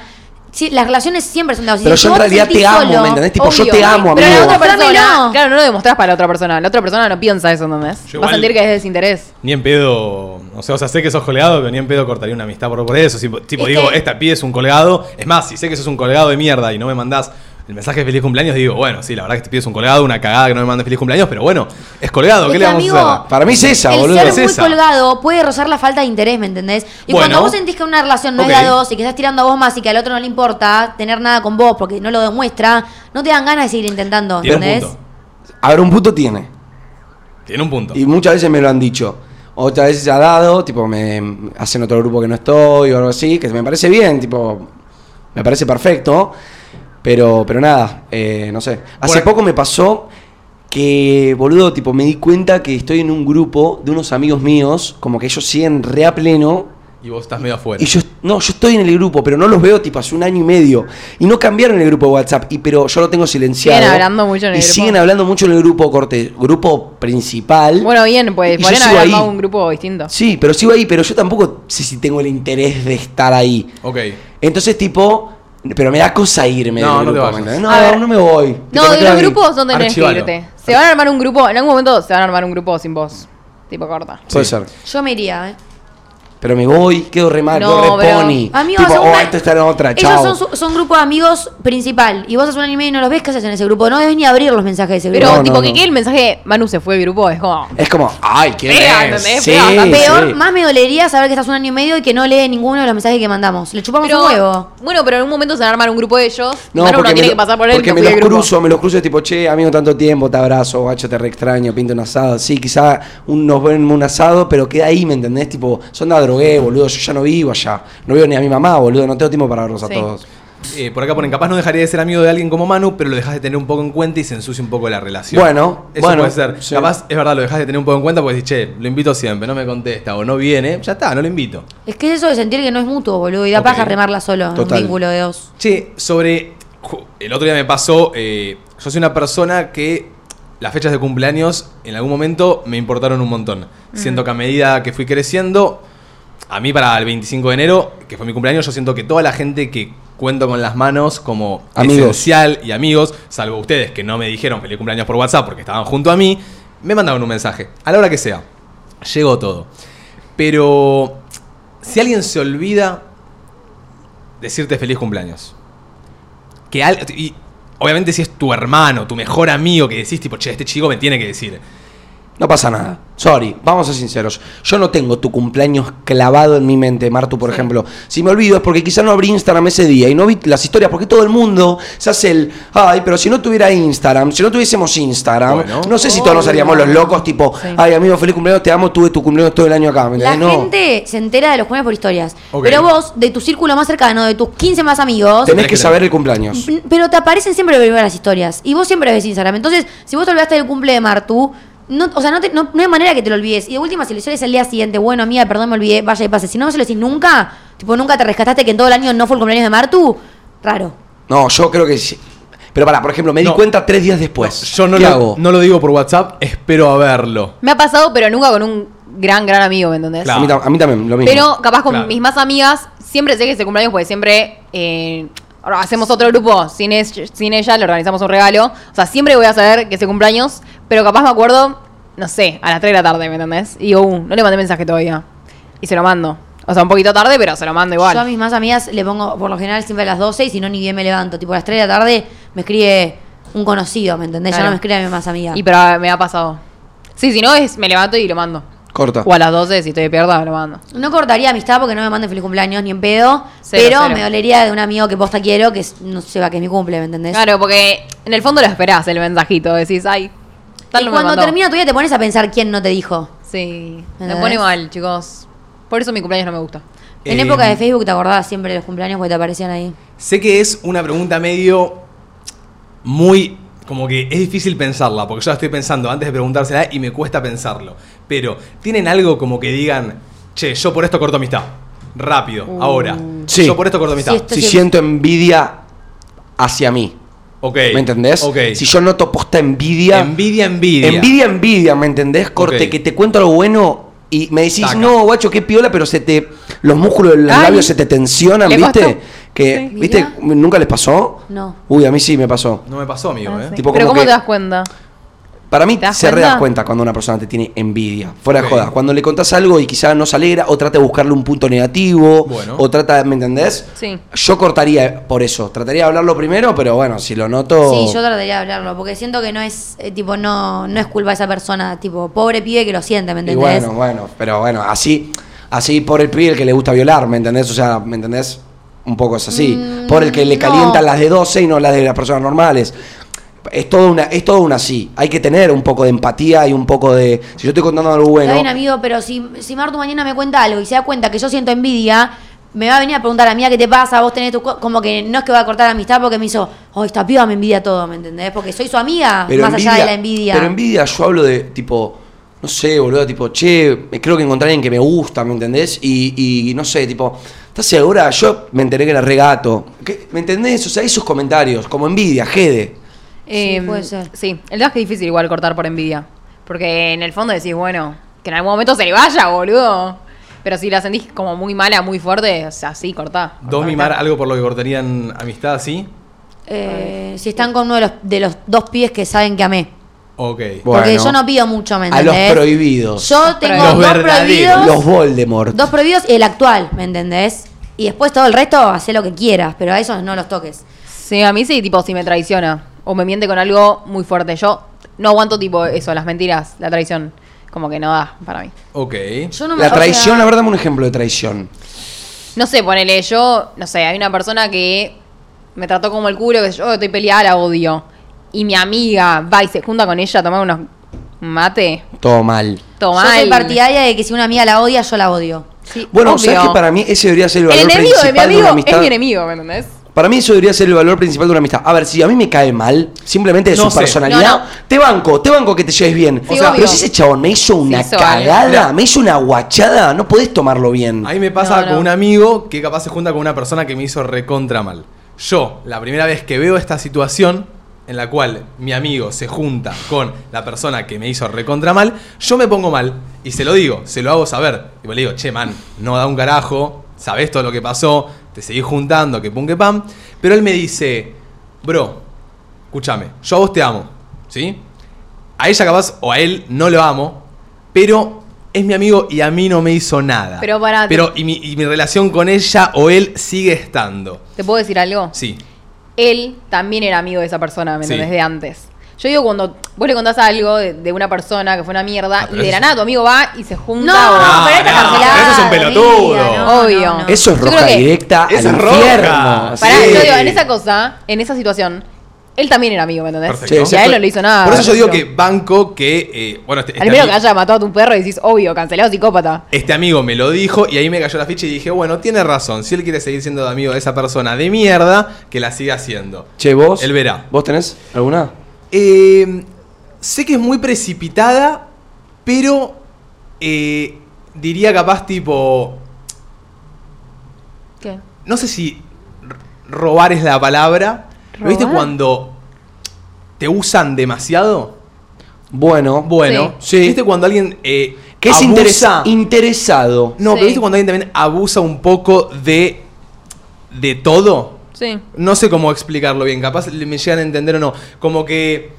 [SPEAKER 4] Sí, las relaciones siempre son de
[SPEAKER 3] Pero yo en realidad te amo, ¿me entendés? Tipo, yo
[SPEAKER 1] Obvio,
[SPEAKER 3] te amo,
[SPEAKER 1] Pero
[SPEAKER 3] amigo.
[SPEAKER 1] la otra persona,
[SPEAKER 4] Dámelo.
[SPEAKER 1] claro, no lo demostrás para la otra persona. La otra persona no piensa eso, ¿entendés?
[SPEAKER 2] Yo
[SPEAKER 1] Va a
[SPEAKER 2] igual-
[SPEAKER 1] sentir que es desinterés.
[SPEAKER 2] Ni en pedo, o sea, o sea, sé que sos colgado, pero ni en pedo cortaría una amistad por, por eso. Si, tipo,
[SPEAKER 4] Es
[SPEAKER 2] digo,
[SPEAKER 4] que-
[SPEAKER 2] esta pibe es un colgado. Es más, si sé que sos un colgado de mierda y no me mandás el mensaje de feliz cumpleaños, digo, bueno, sí, la verdad que este pibe es un colgado, una cagada que no me mande feliz cumpleaños, pero bueno, es colgado,
[SPEAKER 4] Es
[SPEAKER 2] ¿qué
[SPEAKER 4] que,
[SPEAKER 2] le vamos
[SPEAKER 4] amigo,
[SPEAKER 2] a hacer?
[SPEAKER 3] Para mí es esa,
[SPEAKER 4] el
[SPEAKER 3] boludo.
[SPEAKER 4] ser
[SPEAKER 2] Es
[SPEAKER 4] muy
[SPEAKER 2] esa.
[SPEAKER 4] colgado puede rozar la falta de interés, ¿me entendés? Y
[SPEAKER 2] Bueno.
[SPEAKER 4] cuando vos sentís que una relación no
[SPEAKER 2] Ok.
[SPEAKER 4] es de a dos y que estás tirando a vos más y que al otro no le importa tener nada con vos porque no lo demuestra, no te dan ganas de seguir intentando,
[SPEAKER 2] Tiene un
[SPEAKER 4] ¿entendés?
[SPEAKER 2] punto.
[SPEAKER 3] A ver, un puto tiene.
[SPEAKER 2] Tiene un punto.
[SPEAKER 3] Y muchas veces me lo han dicho. Otras veces se ha dado, tipo, me hacen otro grupo que no estoy o algo así, que me parece bien, tipo, me parece perfecto. Pero, pero nada, eh, no sé. Hace
[SPEAKER 2] Bueno.
[SPEAKER 3] poco me pasó que, boludo, tipo, me di cuenta que estoy en un grupo de unos amigos míos, como que ellos siguen re a pleno,
[SPEAKER 2] Y vos estás medio afuera.
[SPEAKER 3] y yo, no, yo estoy en el grupo, pero no los veo tipo hace un año y medio. Y no cambiaron el grupo de WhatsApp, y, pero yo lo tengo silenciado.
[SPEAKER 1] Siguen hablando mucho en el
[SPEAKER 3] y
[SPEAKER 1] grupo.
[SPEAKER 3] siguen hablando mucho en el grupo corte, grupo principal.
[SPEAKER 1] Bueno, bien,
[SPEAKER 3] Y
[SPEAKER 1] pues
[SPEAKER 3] yo
[SPEAKER 1] podrían
[SPEAKER 3] sigo
[SPEAKER 1] haber
[SPEAKER 3] ahí.
[SPEAKER 1] armado un grupo distinto.
[SPEAKER 3] Sí, pero sigo ahí, pero yo tampoco sé si tengo el interés de estar ahí.
[SPEAKER 2] Ok.
[SPEAKER 3] Entonces, tipo, pero me da cosa irme.
[SPEAKER 2] No,
[SPEAKER 3] del
[SPEAKER 2] no te
[SPEAKER 3] grupo,
[SPEAKER 2] vayas.
[SPEAKER 3] ¿me entendés? No,
[SPEAKER 1] A ver.
[SPEAKER 3] no me voy.
[SPEAKER 1] No,
[SPEAKER 3] Tipo,
[SPEAKER 1] de
[SPEAKER 3] quedo
[SPEAKER 1] los
[SPEAKER 3] ahí.
[SPEAKER 1] grupos no tenés que
[SPEAKER 2] Archivalo.
[SPEAKER 1] irte. Se van a armar un grupo, en algún momento se van a armar un grupo sin vos. Tipo corta.
[SPEAKER 3] Puede
[SPEAKER 2] Sí.
[SPEAKER 3] ser.
[SPEAKER 4] Yo me iría, ¿eh?
[SPEAKER 3] Pero me voy, quedo re mal,
[SPEAKER 1] No,
[SPEAKER 3] quedo re
[SPEAKER 1] bro.
[SPEAKER 3] pony.
[SPEAKER 4] Amigos,
[SPEAKER 3] tipo,
[SPEAKER 4] son
[SPEAKER 3] oh,
[SPEAKER 4] una-
[SPEAKER 3] esto está en otra,
[SPEAKER 4] ellos
[SPEAKER 3] chao.
[SPEAKER 4] son, su- son grupo de amigos principal y vos haces un año y medio y no los ves, ¿qué haces en ese grupo? No debes ni abrir los mensajes de ese grupo.
[SPEAKER 1] Pero
[SPEAKER 3] No, no,
[SPEAKER 1] tipo
[SPEAKER 3] no.
[SPEAKER 1] que quede el mensaje, Manu se fue del grupo, es como...
[SPEAKER 3] Es como, ay, qué
[SPEAKER 1] Pega,
[SPEAKER 3] es?
[SPEAKER 1] ¿entendés?
[SPEAKER 3] Sí,
[SPEAKER 1] Pega, está
[SPEAKER 4] Peor,
[SPEAKER 3] sí.
[SPEAKER 4] más me dolería saber que estás un año y medio y que no lee ninguno de los mensajes que mandamos. Le chupamos
[SPEAKER 1] Pero,
[SPEAKER 4] un huevo.
[SPEAKER 1] bueno, pero en un momento se van a armar un grupo de ellos.
[SPEAKER 3] No,
[SPEAKER 1] Manu no
[SPEAKER 3] porque me,
[SPEAKER 1] tiene
[SPEAKER 3] lo-
[SPEAKER 1] que pasar por él.
[SPEAKER 3] porque
[SPEAKER 1] no
[SPEAKER 3] me
[SPEAKER 1] fui
[SPEAKER 3] los
[SPEAKER 1] del grupo.
[SPEAKER 3] cruzo, me los cruzo tipo, che, amigo, tanto tiempo, te abrazo, gacho, te re extraño, pinta un asado. Sí, quizá un- nos ven un asado, pero queda ahí, ¿me entendés? Tipo, son de drogué, boludo, yo ya no vivo allá. No vivo ni a mi mamá, boludo, no tengo tiempo para verlos
[SPEAKER 1] Sí.
[SPEAKER 3] a todos.
[SPEAKER 2] Eh, por acá ponen, capaz no dejaría de ser amigo de alguien como Manu, pero lo dejas de tener un poco en cuenta y se ensucia un poco la relación.
[SPEAKER 3] Bueno,
[SPEAKER 2] eso
[SPEAKER 3] bueno,
[SPEAKER 2] puede ser.
[SPEAKER 3] sí.
[SPEAKER 2] Capaz, es verdad, lo dejas de tener un poco en cuenta porque dices, che, lo invito siempre, no me contesta o no viene, ya está, no lo invito.
[SPEAKER 4] Es que es eso de sentir que no es mutuo, boludo, y da
[SPEAKER 2] Ok.
[SPEAKER 4] paja remarla solo en
[SPEAKER 3] Total.
[SPEAKER 4] un vínculo de dos.
[SPEAKER 2] Che, sobre. ju- El otro día me pasó. eh, yo soy una persona que las fechas de cumpleaños en algún momento me importaron un montón. Siento que a medida que fui creciendo, a mí para el 25 de enero, que fue mi cumpleaños, yo siento que toda la gente que cuento con las manos como
[SPEAKER 3] Amigos.
[SPEAKER 2] esencial y amigos, salvo ustedes que no me dijeron feliz cumpleaños por WhatsApp porque estaban junto a mí, me mandaron un mensaje, a la hora que sea. Llegó todo. Pero si alguien se olvida decirte feliz cumpleaños. Que al- y obviamente si es tu hermano, tu mejor amigo que decís tipo, che, este chico me tiene que decir.
[SPEAKER 3] No pasa nada. Sorry, vamos a ser sinceros. Yo no tengo tu cumpleaños clavado en mi mente, Martu, por ejemplo. Si me olvido es porque quizá no abrí Instagram ese día y no vi las historias porque todo el mundo se hace el, ay, pero si no tuviera Instagram, si no tuviésemos Instagram,
[SPEAKER 2] Bueno.
[SPEAKER 3] no sé si todos nos haríamos los locos, tipo, ay, amigo, feliz cumpleaños, te amo, tuve tu cumpleaños todo el año acá, ¿me
[SPEAKER 4] La
[SPEAKER 3] entendés? No.
[SPEAKER 4] gente se entera de los cumpleaños por historias.
[SPEAKER 2] Ok.
[SPEAKER 4] Pero vos, de tu círculo más cercano, de tus 15 más amigos,
[SPEAKER 3] Tenés que
[SPEAKER 2] Tenés que
[SPEAKER 3] saber el cumpleaños.
[SPEAKER 4] n- pero te aparecen siempre primero las historias. Y vos siempre ves Instagram. Entonces, si vos te olvidaste del cumple de Martu, No, o sea, no, te- no- no hay manera que te lo olvides. Y de última, si lo hicieras el día siguiente, bueno, amiga, perdón, me olvidé, vaya y pase. Si no se lo decís nunca, tipo, nunca te rescataste que en todo el año no fue el cumpleaños de Martu, raro.
[SPEAKER 3] No, yo creo que sí. Pero para, por ejemplo, me
[SPEAKER 2] No.
[SPEAKER 3] di cuenta tres días después.
[SPEAKER 2] Yo no
[SPEAKER 3] Pues, ¿Qué
[SPEAKER 2] lo,
[SPEAKER 3] hago?
[SPEAKER 2] no lo digo por WhatsApp, espero a verlo.
[SPEAKER 1] Me ha pasado, pero nunca con un gran, gran amigo, ¿me entendés?
[SPEAKER 2] Claro.
[SPEAKER 3] a, mí, tam- a mí también, lo mismo.
[SPEAKER 1] Pero capaz con
[SPEAKER 2] Claro.
[SPEAKER 1] mis más amigas, siempre sé que es el cumpleaños porque siempre eh, ahora hacemos otro grupo sin, es- sin ella, le organizamos un regalo. O sea, siempre voy a saber que es el cumpleaños, pero capaz me acuerdo, no sé, a las 3 de la tarde, ¿me entendés? Y digo, uh, no le mandé mensaje todavía. Y se lo mando. O sea, un poquito tarde, pero se lo mando igual.
[SPEAKER 4] Yo a mis más amigas le pongo, por lo general, siempre a las 12 y si no, ni bien me levanto. Tipo, a las 3 de la tarde me escribe un conocido, ¿me entendés? Ya
[SPEAKER 1] Claro.
[SPEAKER 4] no me escribe a mi más amiga.
[SPEAKER 1] Y pero ah, me ha pasado. Sí, si no es, me levanto y lo mando.
[SPEAKER 3] Corta.
[SPEAKER 1] O a las 12, si estoy de pierda, lo mando.
[SPEAKER 4] No cortaría amistad porque no me manden feliz cumpleaños ni en pedo,
[SPEAKER 1] Cero,
[SPEAKER 4] pero
[SPEAKER 1] cero.
[SPEAKER 4] me dolería de un amigo que posta quiero que s- no sepa que es mi cumple, ¿me entendés?
[SPEAKER 1] Claro, porque en el fondo lo esperás el mensajito. Decís, ay, tal
[SPEAKER 4] y
[SPEAKER 1] no me
[SPEAKER 4] cuando
[SPEAKER 1] mandó.
[SPEAKER 4] termina tu vida te pones a pensar quién no te dijo.
[SPEAKER 1] Sí, me
[SPEAKER 4] ¿Entendés?
[SPEAKER 1] pone mal, chicos. Por eso mi cumpleaños no me gusta.
[SPEAKER 4] En
[SPEAKER 2] Eh,
[SPEAKER 3] mm.
[SPEAKER 4] época de Facebook te acordabas siempre de los cumpleaños porque te aparecían ahí.
[SPEAKER 2] Sé que es una pregunta medio muy... Como que es difícil pensarla, porque yo la estoy pensando antes de preguntársela y me cuesta pensarlo. Pero, ¿tienen algo como que digan, che, yo por esto corto amistad? Rápido, ahora.
[SPEAKER 3] Sí.
[SPEAKER 2] Yo por esto corto amistad.
[SPEAKER 4] Sí, esto-
[SPEAKER 3] si
[SPEAKER 4] sí.
[SPEAKER 3] siento envidia hacia mí,
[SPEAKER 2] Ok.
[SPEAKER 3] ¿me entendés?
[SPEAKER 2] Ok.
[SPEAKER 3] Si yo noto posta envidia.
[SPEAKER 2] Envidia, envidia.
[SPEAKER 3] Envidia, envidia, ¿me entendés? Corte,
[SPEAKER 2] Ok.
[SPEAKER 3] que te cuento algo bueno y me decís,
[SPEAKER 2] Taca.
[SPEAKER 3] no, guacho, qué piola, pero se te. Los músculos de los
[SPEAKER 1] Ay.
[SPEAKER 3] labios se te tensionan,
[SPEAKER 1] Le
[SPEAKER 3] ¿viste?
[SPEAKER 1] costó.
[SPEAKER 3] Que,
[SPEAKER 4] Sí.
[SPEAKER 3] ¿viste?
[SPEAKER 4] Mirá.
[SPEAKER 3] ¿Nunca les pasó?
[SPEAKER 4] No.
[SPEAKER 3] Uy, a mí sí me pasó.
[SPEAKER 2] No me pasó, amigo,
[SPEAKER 4] Ah,
[SPEAKER 2] ¿eh?
[SPEAKER 1] Ah, Sí.
[SPEAKER 3] Tipo
[SPEAKER 1] Pero
[SPEAKER 3] como
[SPEAKER 1] ¿cómo
[SPEAKER 3] que-
[SPEAKER 1] te das cuenta?
[SPEAKER 3] Para mí
[SPEAKER 1] ¿Te das
[SPEAKER 3] se re
[SPEAKER 1] cuenta?
[SPEAKER 3] das cuenta cuando una persona te tiene envidia. Fuera
[SPEAKER 2] Ok.
[SPEAKER 3] de joda. Cuando le contás algo y quizás no se alegra, o trata de buscarle un punto negativo,
[SPEAKER 2] Bueno.
[SPEAKER 3] o trata, ¿me entendés?
[SPEAKER 1] Sí.
[SPEAKER 3] Yo cortaría por eso. Trataría de hablarlo primero, pero bueno, si lo noto.
[SPEAKER 4] Sí, yo trataría de hablarlo, porque siento que no es, eh, tipo, no, no es culpa de esa persona, tipo, pobre pibe que lo siente, ¿me
[SPEAKER 3] Y
[SPEAKER 4] entendés?
[SPEAKER 3] bueno, bueno, pero bueno, así, así por el pibe el que le gusta violar, ¿me entendés? O sea, ¿me entendés? Un poco es así.
[SPEAKER 4] Mm,
[SPEAKER 3] por el que le
[SPEAKER 4] no.
[SPEAKER 3] calientan las de 12 y no las de las personas normales. Es todo una, es todo una así. Hay que tener un poco de empatía y un poco de. Si yo estoy contando algo bueno.
[SPEAKER 4] Está bien, amigo, pero si, si Martu mañana me cuenta algo y se da cuenta que yo siento envidia, me va a venir a preguntar a mí, ¿qué te pasa? Vos tenés tu... co-". Como que no es que va a cortar amistad porque me hizo, oh, esta piba me envidia todo, ¿me entendés? Porque soy su amiga,
[SPEAKER 3] Pero
[SPEAKER 4] más allá de la envidia.
[SPEAKER 3] Pero envidia, yo hablo de tipo, no sé, boludo, tipo, che, me- creo que encontré a alguien que me gusta, ¿me entendés? Y, y no sé, tipo, ¿estás segura? Yo me enteré que era regato. ¿Qué? ¿Me entendés? O sea, esos comentarios, como envidia, Jede.
[SPEAKER 4] Sí,
[SPEAKER 1] Em,
[SPEAKER 4] puede ser.
[SPEAKER 1] Sí, el tema es que es difícil igual cortar por envidia. Porque en el fondo decís, bueno, que en algún momento se le vaya, boludo. Pero si la sentís como muy mala, muy fuerte, o sea, sí, cortá.
[SPEAKER 2] Dos mimar algo por lo que cortarían amistad, ¿sí?
[SPEAKER 4] Eh, si están con uno de los, de los dos pibes que saben que amé.
[SPEAKER 2] Ok.
[SPEAKER 4] Porque
[SPEAKER 3] Bueno.
[SPEAKER 4] yo no pido mucho, ¿me
[SPEAKER 3] A los
[SPEAKER 4] entendés?
[SPEAKER 3] prohibidos.
[SPEAKER 4] Yo tengo
[SPEAKER 2] Los
[SPEAKER 4] dos
[SPEAKER 2] verdaderos.
[SPEAKER 4] prohibidos.
[SPEAKER 3] Los Voldemort.
[SPEAKER 4] Dos prohibidos y el actual, ¿me entendés? Y después todo el resto, hace lo que quieras, pero a esos no los toques.
[SPEAKER 1] Sí, a mí sí, tipo, si me traiciona o me miente con algo muy fuerte. Yo no aguanto, tipo, eso, las mentiras, la traición. Como que no da para mí.
[SPEAKER 2] Ok.
[SPEAKER 4] Yo no me- o
[SPEAKER 3] La
[SPEAKER 4] sea,
[SPEAKER 3] traición, a ver, dame un ejemplo de traición.
[SPEAKER 1] No sé, ponele, yo, no sé, hay una persona que me trató como el culo, que yo estoy peleada, la odio. Y mi amiga va y se junta con ella a tomar unos mate,
[SPEAKER 3] Todo mal.
[SPEAKER 1] tomar.
[SPEAKER 4] Yo soy partidaria de que si una amiga la odia, yo la odio.
[SPEAKER 3] Bueno, ¿sabes que para mí ese debería ser el valor
[SPEAKER 1] El enemigo
[SPEAKER 3] principal
[SPEAKER 1] de mi
[SPEAKER 3] una
[SPEAKER 1] amigo es
[SPEAKER 3] amistad?
[SPEAKER 1] mi enemigo, ¿me entendés?
[SPEAKER 3] Para mí eso debería ser el valor principal de una amistad. A ver, si a mí me cae mal, simplemente de
[SPEAKER 2] No
[SPEAKER 3] su
[SPEAKER 2] sé.
[SPEAKER 3] personalidad,
[SPEAKER 1] No, no.
[SPEAKER 3] te banco, te banco que te lleves bien.
[SPEAKER 1] Sí,
[SPEAKER 3] o sea,
[SPEAKER 1] obvio.
[SPEAKER 3] pero si ese chabón me hizo una
[SPEAKER 1] hizo
[SPEAKER 3] cagada,
[SPEAKER 2] algo.
[SPEAKER 3] me hizo una guachada, no podés tomarlo bien.
[SPEAKER 2] A mí me pasa
[SPEAKER 1] No, no.
[SPEAKER 2] con un amigo que capaz se junta con una persona que me hizo recontra mal. Yo, la primera vez que veo esta situación en la cual mi amigo se junta con la persona que me hizo recontra mal, yo me pongo mal y se lo digo, se lo hago saber. Y le digo, che, man, no da un carajo, sabes todo lo que pasó, te seguís juntando, que pum, que pam. Pero él me dice, bro, escúchame, yo a vos te amo, ¿sí? A ella capaz o a él no lo amo, pero es mi amigo y a mí no me hizo nada.
[SPEAKER 1] Pero pará, te-
[SPEAKER 2] Pero y mi, y mi relación con ella o él sigue estando.
[SPEAKER 1] ¿Te puedo decir algo?
[SPEAKER 2] Sí.
[SPEAKER 1] Él también era amigo de esa persona, ¿me
[SPEAKER 2] Sí.
[SPEAKER 1] entendés? De antes. Yo digo, cuando vos le contás algo de, de una persona que fue una mierda,
[SPEAKER 2] Ah,
[SPEAKER 1] y
[SPEAKER 2] pero
[SPEAKER 1] de
[SPEAKER 2] eso-
[SPEAKER 1] la nada tu amigo va y se junta.
[SPEAKER 4] No, Ah,
[SPEAKER 1] o-
[SPEAKER 4] pero esta
[SPEAKER 2] no,
[SPEAKER 4] carcelada,
[SPEAKER 2] pero eso es un pelotudo.
[SPEAKER 4] amiga,
[SPEAKER 1] Obvio.
[SPEAKER 3] Eso es
[SPEAKER 1] Yo creo
[SPEAKER 3] roja
[SPEAKER 1] que-
[SPEAKER 3] directa
[SPEAKER 2] Eso
[SPEAKER 3] al
[SPEAKER 2] es roja.
[SPEAKER 3] infierno.
[SPEAKER 1] Pará,
[SPEAKER 3] sí.
[SPEAKER 1] yo digo, en esa cosa, en esa situación, él también era amigo, ¿me entendés?
[SPEAKER 2] Perfecto.
[SPEAKER 1] Y
[SPEAKER 3] Sí,
[SPEAKER 1] a él
[SPEAKER 3] sí.
[SPEAKER 1] no le hizo nada.
[SPEAKER 2] Por eso yo digo
[SPEAKER 1] Pero-
[SPEAKER 2] que banco que. eh, bueno, este,
[SPEAKER 1] Ah, Al
[SPEAKER 2] este
[SPEAKER 1] menos
[SPEAKER 2] ami-
[SPEAKER 1] que haya matado a tu perro y decís, obvio, cancelado psicópata.
[SPEAKER 2] este amigo me lo dijo y ahí me cayó la ficha y dije, bueno, tiene razón. Si él quiere seguir siendo amigo de esa persona de mierda, que la siga haciendo.
[SPEAKER 3] Che, vos.
[SPEAKER 2] Él verá.
[SPEAKER 3] ¿Vos tenés alguna?
[SPEAKER 2] Eh, Sé que es muy precipitada, pero eh, diría capaz tipo...
[SPEAKER 1] ¿Qué?
[SPEAKER 2] No sé si r- robar es la palabra. ¿Lo viste
[SPEAKER 1] ¿Robar?
[SPEAKER 2] cuando te usan demasiado?
[SPEAKER 3] Bueno,
[SPEAKER 2] Bueno,
[SPEAKER 3] Sí. Sí.
[SPEAKER 2] ¿viste cuando alguien... eh,
[SPEAKER 3] que es
[SPEAKER 2] abusa-
[SPEAKER 3] interesa- interesado.
[SPEAKER 2] No,
[SPEAKER 1] Sí.
[SPEAKER 2] pero viste cuando alguien también abusa un poco de. de todo.
[SPEAKER 1] Sí.
[SPEAKER 2] No sé cómo explicarlo bien, capaz le- me llegan a entender o no. Como que.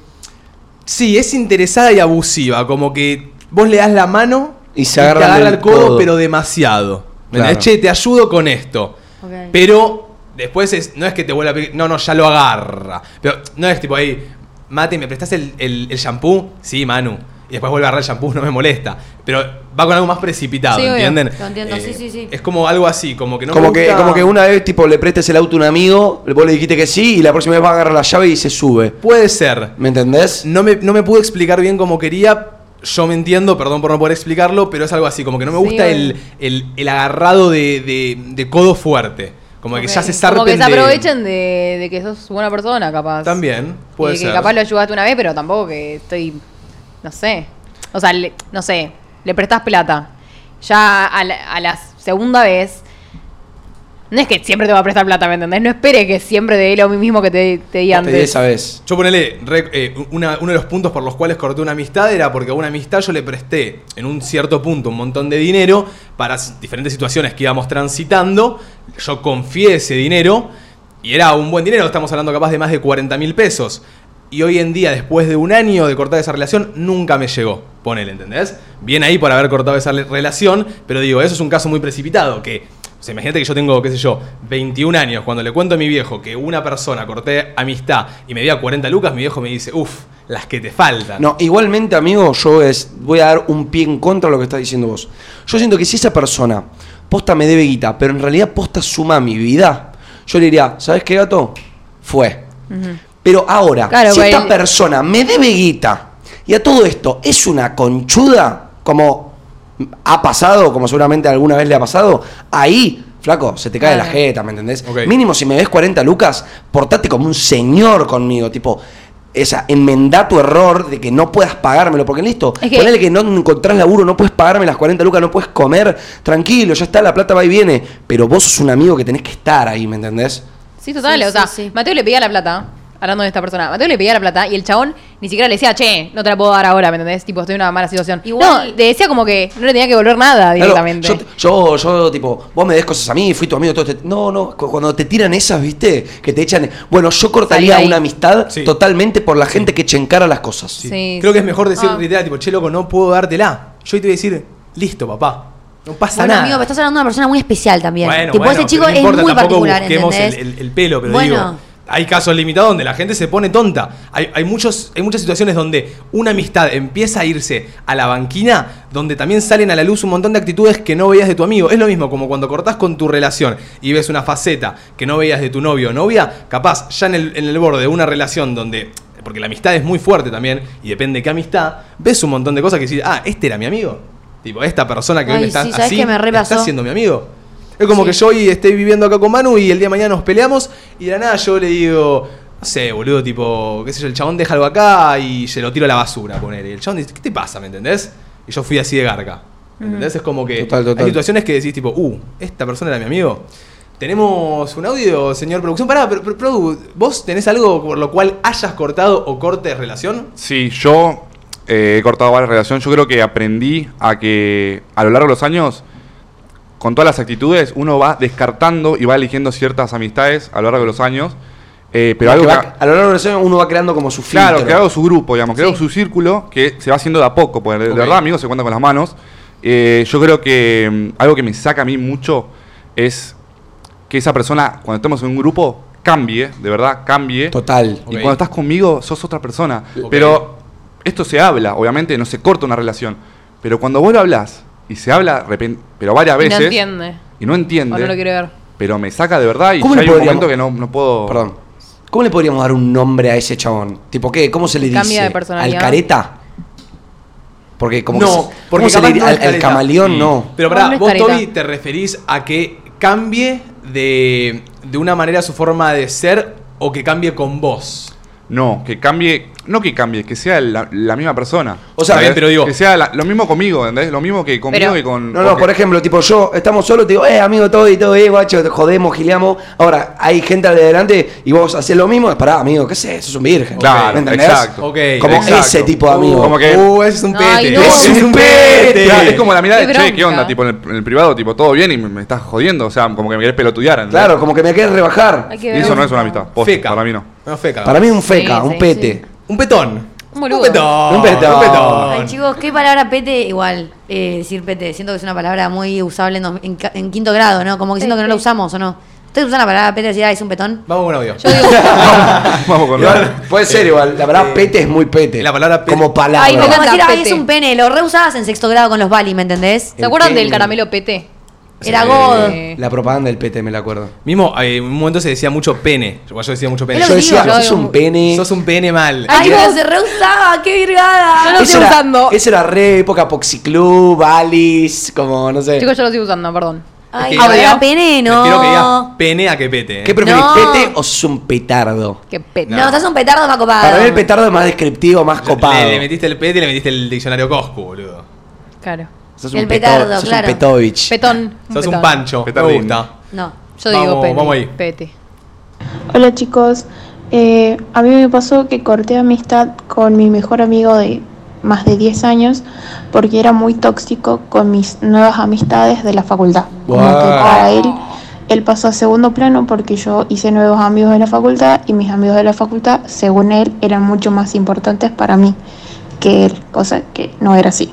[SPEAKER 2] Sí, es interesada y abusiva. Como que vos le das la mano
[SPEAKER 3] Y se agarran
[SPEAKER 2] te agarra
[SPEAKER 3] del
[SPEAKER 2] el codo,
[SPEAKER 3] codo.
[SPEAKER 2] pero demasiado. ¿Me
[SPEAKER 3] Claro.
[SPEAKER 2] entendés? Che, te ayudo con esto.
[SPEAKER 4] Ok.
[SPEAKER 2] Pero después es, no es que te vuelva a pedir. No, no, ya lo agarra. Pero no es tipo ahí. Mate, ¿me prestás el, el, el shampoo? Sí, Manu. Y después vuelve a agarrar el shampoo, no me molesta. Pero va con algo más precipitado,
[SPEAKER 1] Sí, obvio.
[SPEAKER 2] ¿entienden? Eh,
[SPEAKER 4] Lo entiendo, sí, sí, sí.
[SPEAKER 2] Es como algo así, como que no
[SPEAKER 3] como,
[SPEAKER 2] me
[SPEAKER 3] que,
[SPEAKER 2] gusta-
[SPEAKER 3] como que una vez tipo le prestes el auto a un amigo, vos le dijiste que sí y la próxima vez va a agarrar la llave y se sube.
[SPEAKER 2] Puede ser.
[SPEAKER 3] ¿Me entendés?
[SPEAKER 2] No me, no me pude explicar bien como quería. Yo me entiendo, perdón por no poder explicarlo, pero es algo así, como que no me
[SPEAKER 1] Sí,
[SPEAKER 2] gusta
[SPEAKER 1] obvio.
[SPEAKER 2] el, el- el agarrado de, de- de codo fuerte. Como que ya se zarpen
[SPEAKER 1] Como que se
[SPEAKER 2] de-
[SPEAKER 1] aprovechen de, de que sos buena persona, capaz.
[SPEAKER 2] También, puede
[SPEAKER 1] y que
[SPEAKER 2] ser.
[SPEAKER 1] capaz lo ayudaste una vez, pero tampoco que estoy. No sé. O sea, le- no sé. Le prestás plata. Ya a la, a la segunda vez. No es que siempre te va a prestar plata, ¿me entendés? No espere que siempre te dé lo mismo que te, te di
[SPEAKER 3] Te di
[SPEAKER 1] antes.
[SPEAKER 3] esa vez.
[SPEAKER 2] Yo ponele, re- eh, una- uno de los puntos por los cuales corté una amistad era porque a una amistad yo le presté en un cierto punto un montón de dinero para s- diferentes situaciones que íbamos transitando. Yo confié ese dinero y era un buen dinero, estamos hablando capaz de más de 40 mil pesos. Y hoy en día, después de un año de cortar esa relación, nunca me llegó. Ponele, ¿entendés? Bien ahí por haber cortado esa le- relación, pero digo, eso es un caso muy precipitado que o sea, imagínate que yo tengo, qué sé yo, 21 años. Cuando le cuento a mi viejo que una persona corté amistad y me dio 40 lucas, mi viejo me dice, uff, las que te faltan.
[SPEAKER 3] No, igualmente, amigo, yo es, voy a dar un pie en contra de lo que estás diciendo vos. Yo siento que si esa persona posta me debe guita, pero en realidad posta suma mi vida, yo le diría, ¿sabes qué, gato? Fue. Pero ahora,
[SPEAKER 1] Claro,
[SPEAKER 3] si esta
[SPEAKER 1] güey.
[SPEAKER 3] persona me debe guita y a todo esto es una conchuda, como ha pasado, como seguramente alguna vez le ha pasado, ahí, flaco, se te cae la
[SPEAKER 1] Claro.
[SPEAKER 3] jeta, ¿me entendés?
[SPEAKER 2] Ok.
[SPEAKER 3] Mínimo, si me ves 40 lucas, portate como un señor conmigo, tipo, esa, enmendá tu error de que no puedas pagármelo, porque listo,
[SPEAKER 1] Es que-
[SPEAKER 3] ponele que no encontrás laburo, no puedes pagarme las 40 lucas, no puedes comer, tranquilo, ya está, la plata va y viene, pero vos sos un amigo que tenés que estar ahí, ¿me entendés?
[SPEAKER 1] Sí, total.
[SPEAKER 4] Sí,
[SPEAKER 1] o sea,
[SPEAKER 4] sí, sí.
[SPEAKER 1] Mateo le pedía la plata. Hablando de esta persona, Mateo le pedía la plata y el chabón ni siquiera le decía, che, no te la puedo dar ahora, ¿me entendés? Tipo, estoy en una mala situación.
[SPEAKER 4] Igual-
[SPEAKER 1] No, le decía como que no le tenía que volver nada
[SPEAKER 3] Claro,
[SPEAKER 1] directamente.
[SPEAKER 3] yo, yo, yo, tipo, vos me des cosas a mí, fui tu amigo, todo este- No, no, cu- cuando te tiran esas, ¿viste? Que te echan. Bueno, yo cortaría
[SPEAKER 1] Salí de ahí.
[SPEAKER 3] una amistad
[SPEAKER 2] Sí.
[SPEAKER 3] totalmente por la gente que echa en cara las cosas.
[SPEAKER 2] Sí.
[SPEAKER 1] Sí,
[SPEAKER 2] Creo
[SPEAKER 1] sí.
[SPEAKER 2] que es mejor decir
[SPEAKER 1] Ah.
[SPEAKER 2] literal, tipo, che, loco, no puedo dártela. Yo hoy te voy a decir, listo, papá. No pasa
[SPEAKER 4] Bueno,
[SPEAKER 2] nada.
[SPEAKER 4] amigo, pero estás hablando de una persona muy especial también. tipo, ese
[SPEAKER 2] pero
[SPEAKER 4] chico
[SPEAKER 2] no
[SPEAKER 4] es
[SPEAKER 2] importa,
[SPEAKER 4] muy
[SPEAKER 2] tampoco
[SPEAKER 4] particular,
[SPEAKER 2] busquemos
[SPEAKER 4] ¿entendés?
[SPEAKER 2] El, el- el pelo, pero
[SPEAKER 4] Bueno.
[SPEAKER 2] digo, hay casos limitados donde la gente se pone tonta. Hay, hay muchos, hay muchas situaciones donde una amistad empieza a irse a la banquina, donde también salen a la luz un montón de actitudes que no veías de tu amigo. Es lo mismo como cuando cortás con tu relación y ves una faceta que no veías de tu novio o novia, capaz ya en el, en el borde de una relación donde... Porque la amistad es muy fuerte también, y depende de qué amistad, ves un montón de cosas que decís, ah, este era mi amigo. Tipo, esta persona que hoy
[SPEAKER 4] Ay,
[SPEAKER 2] me está
[SPEAKER 4] sí, ¿sabés
[SPEAKER 2] así,
[SPEAKER 4] que me repasó?
[SPEAKER 2] está siendo mi amigo. Es como que yo hoy estoy viviendo acá con Manu y el día de mañana nos peleamos y de la nada yo le digo, no sé, boludo, tipo, qué sé yo, el chabón deja algo acá y se lo tiro a la basura, poner. Y el chabón dice, ¿qué te pasa, me entendés? Y yo fui así de garca. ¿Me entendés? Es como que
[SPEAKER 3] Total, total.
[SPEAKER 2] hay situaciones que decís, tipo, uh, esta persona era mi amigo. ¿Tenemos un audio, señor producción? Pará, pero, pero, Produ, ¿vos tenés algo por lo cual hayas cortado o cortes relación?
[SPEAKER 5] Sí, yo eh, he cortado varias relaciones. Yo creo que aprendí a que a lo largo de los años, con todas las actitudes, uno va descartando y va eligiendo ciertas amistades a lo largo de los años. Eh, pero algo
[SPEAKER 3] Que
[SPEAKER 5] que,
[SPEAKER 3] va- a lo largo de los años uno va creando como su
[SPEAKER 5] Claro,
[SPEAKER 3] filtro.
[SPEAKER 5] creado su grupo, digamos, creado su círculo que se va haciendo de a poco, porque de- de
[SPEAKER 2] Ok.
[SPEAKER 5] verdad, amigos, se cuenta con las manos. Eh, yo creo que mm, algo que me saca a mí mucho es que esa persona, cuando estemos en un grupo, cambie, de verdad, cambie.
[SPEAKER 3] Total.
[SPEAKER 5] Y
[SPEAKER 2] Ok.
[SPEAKER 5] cuando estás conmigo, sos otra persona.
[SPEAKER 2] Ok.
[SPEAKER 5] Pero esto se habla, obviamente, no se corta una relación. Pero cuando vos lo hablas y se habla, repen- pero varias
[SPEAKER 1] Y no
[SPEAKER 5] veces.
[SPEAKER 1] entiende.
[SPEAKER 5] Y no entiende.
[SPEAKER 1] O no lo quiere ver.
[SPEAKER 5] Pero me saca de verdad y
[SPEAKER 3] ¿Cómo le
[SPEAKER 5] ya hay un
[SPEAKER 3] podríamos-
[SPEAKER 5] momento que no, no puedo.
[SPEAKER 3] Perdón. ¿Cómo le podríamos dar un nombre a ese chabón? Tipo, ¿qué? ¿Cómo se le dice?
[SPEAKER 1] Cambia de personalidad.
[SPEAKER 3] ¿Al careta? Porque como
[SPEAKER 2] No,
[SPEAKER 3] que se-
[SPEAKER 2] porque
[SPEAKER 3] ¿cómo se le
[SPEAKER 2] capaz
[SPEAKER 3] diría?
[SPEAKER 2] no es
[SPEAKER 3] al, al
[SPEAKER 2] careta.
[SPEAKER 3] camaleón
[SPEAKER 5] Mm.
[SPEAKER 3] no.
[SPEAKER 2] Pero
[SPEAKER 1] No, no
[SPEAKER 2] pará,
[SPEAKER 1] es
[SPEAKER 2] vos,
[SPEAKER 1] careta.
[SPEAKER 2] Toby, te referís a que cambie de, de una manera su forma de ser o que cambie con vos.
[SPEAKER 5] No, que cambie. No que cambie, que sea la, la misma persona.
[SPEAKER 3] O sea,
[SPEAKER 5] ¿Entendés?
[SPEAKER 2] bien, pero digo-
[SPEAKER 5] Que sea la- lo mismo conmigo, ¿entendés? Lo mismo que conmigo
[SPEAKER 1] Pero-
[SPEAKER 5] y con.
[SPEAKER 3] No, no,
[SPEAKER 5] o que-
[SPEAKER 3] por ejemplo, tipo yo, estamos solos, te digo, eh, amigo, todo y todo, eh, guacho, te jodemos, gileamos. Ahora, hay gente al de adelante y vos haces lo mismo, pará, amigo, ¿qué sé? Sos un virgen.
[SPEAKER 5] Claro,
[SPEAKER 3] ¿me entendés?
[SPEAKER 5] exacto.
[SPEAKER 2] Ok,
[SPEAKER 3] Como
[SPEAKER 5] exacto.
[SPEAKER 3] ese tipo de amigo. este.
[SPEAKER 5] Uh, como que-
[SPEAKER 2] Uh, ese es un pete.
[SPEAKER 1] Ay, no.
[SPEAKER 2] Ese es un pete.
[SPEAKER 5] Claro, es como la mirada
[SPEAKER 1] Qué
[SPEAKER 5] de che, ¿qué
[SPEAKER 1] bronca.
[SPEAKER 5] onda? Tipo, en el, en el privado, tipo, todo bien y me, me estás jodiendo. O sea, como que me querés pelotudear. ¿entendés?
[SPEAKER 3] Claro, como que me querés rebajar.
[SPEAKER 1] Hay
[SPEAKER 5] Y
[SPEAKER 1] que ver.
[SPEAKER 5] eso no es una amistad. posta,
[SPEAKER 2] Feca.
[SPEAKER 5] Para mí no.
[SPEAKER 2] No, feca.
[SPEAKER 3] Para mí un feca,
[SPEAKER 4] Sí,
[SPEAKER 3] un
[SPEAKER 4] sí,
[SPEAKER 3] pete.
[SPEAKER 2] Un petón.
[SPEAKER 1] Un boludo.
[SPEAKER 2] petón.
[SPEAKER 3] Un petón.
[SPEAKER 4] Ay, chicos, qué palabra pete igual. eh, decir pete, siento que es una palabra muy usable en, dos- en ca- en quinto grado, ¿no? Como que siento que no la
[SPEAKER 1] Pete.
[SPEAKER 4] usamos, ¿o no? ¿Ustedes usan la palabra pete y decir, ah, es un petón?
[SPEAKER 2] Vamos con audio.
[SPEAKER 1] Yo digo,
[SPEAKER 5] Vamos con
[SPEAKER 3] Igual, puede ser igual, la verdad, pete es muy pete.
[SPEAKER 2] la palabra pete-
[SPEAKER 3] Como palabra.
[SPEAKER 1] Ay, me
[SPEAKER 4] Como
[SPEAKER 1] encanta,
[SPEAKER 4] decir, ay,
[SPEAKER 1] pete.
[SPEAKER 4] es un pene, lo reusabas en sexto grado con los bali, ¿me entendés?
[SPEAKER 1] ¿se acuerdan
[SPEAKER 3] pene.
[SPEAKER 1] del caramelo PT?
[SPEAKER 4] Era
[SPEAKER 2] Sí.
[SPEAKER 4] God.
[SPEAKER 1] Eh,
[SPEAKER 3] La propaganda del pete, me la acuerdo.
[SPEAKER 2] Mismo, eh, en un momento se decía mucho pene. Yo, yo decía mucho pene.
[SPEAKER 3] Yo
[SPEAKER 4] Es lo que
[SPEAKER 3] decía,
[SPEAKER 4] digo, yo Ah,
[SPEAKER 3] sos
[SPEAKER 1] digo-
[SPEAKER 3] un pene.
[SPEAKER 2] Sos un pene mal.
[SPEAKER 4] Ay,
[SPEAKER 1] Dios.
[SPEAKER 4] pero se reusaba, qué virgada.
[SPEAKER 1] Yo lo
[SPEAKER 3] eso,
[SPEAKER 1] estoy
[SPEAKER 3] era,
[SPEAKER 1] usando.
[SPEAKER 3] eso era re época Poxiclub, Alice, como no sé.
[SPEAKER 1] Chicos, yo lo estoy usando, perdón.
[SPEAKER 4] Ay,
[SPEAKER 2] Es
[SPEAKER 1] que-
[SPEAKER 4] ahora
[SPEAKER 1] Obvio.
[SPEAKER 4] pene,
[SPEAKER 2] Prefiero que digas
[SPEAKER 4] no.
[SPEAKER 2] pene a que pete. eh.
[SPEAKER 3] ¿Qué preferís,
[SPEAKER 4] No.
[SPEAKER 3] pete o sos un petardo?
[SPEAKER 1] Qué pete.
[SPEAKER 4] No, estás un petardo más copado.
[SPEAKER 3] Para mí el petardo es más descriptivo, más copado.
[SPEAKER 2] Le, le metiste el pete y le metiste el diccionario Coscu, boludo.
[SPEAKER 1] Claro.
[SPEAKER 3] Sos
[SPEAKER 4] El petardo,
[SPEAKER 3] peto- sos
[SPEAKER 4] claro.
[SPEAKER 3] un petovich.
[SPEAKER 1] Petón.
[SPEAKER 2] Sos
[SPEAKER 1] petón.
[SPEAKER 2] un pancho. Me
[SPEAKER 5] Petardín.
[SPEAKER 2] gusta.
[SPEAKER 4] No.
[SPEAKER 1] Yo digo
[SPEAKER 2] Vamos,
[SPEAKER 1] pene.
[SPEAKER 2] vamos ahí.
[SPEAKER 1] Pete.
[SPEAKER 6] Hola chicos, Eh, a mí me pasó que corté amistad con mi mejor amigo de más de 10 años porque era muy tóxico con mis nuevas amistades de la facultad. Como que
[SPEAKER 3] Wow.
[SPEAKER 6] para él, él pasó a segundo plano porque yo hice nuevos amigos en la facultad y mis amigos de la facultad, según él, eran mucho más importantes para mí que él, cosa que no era así.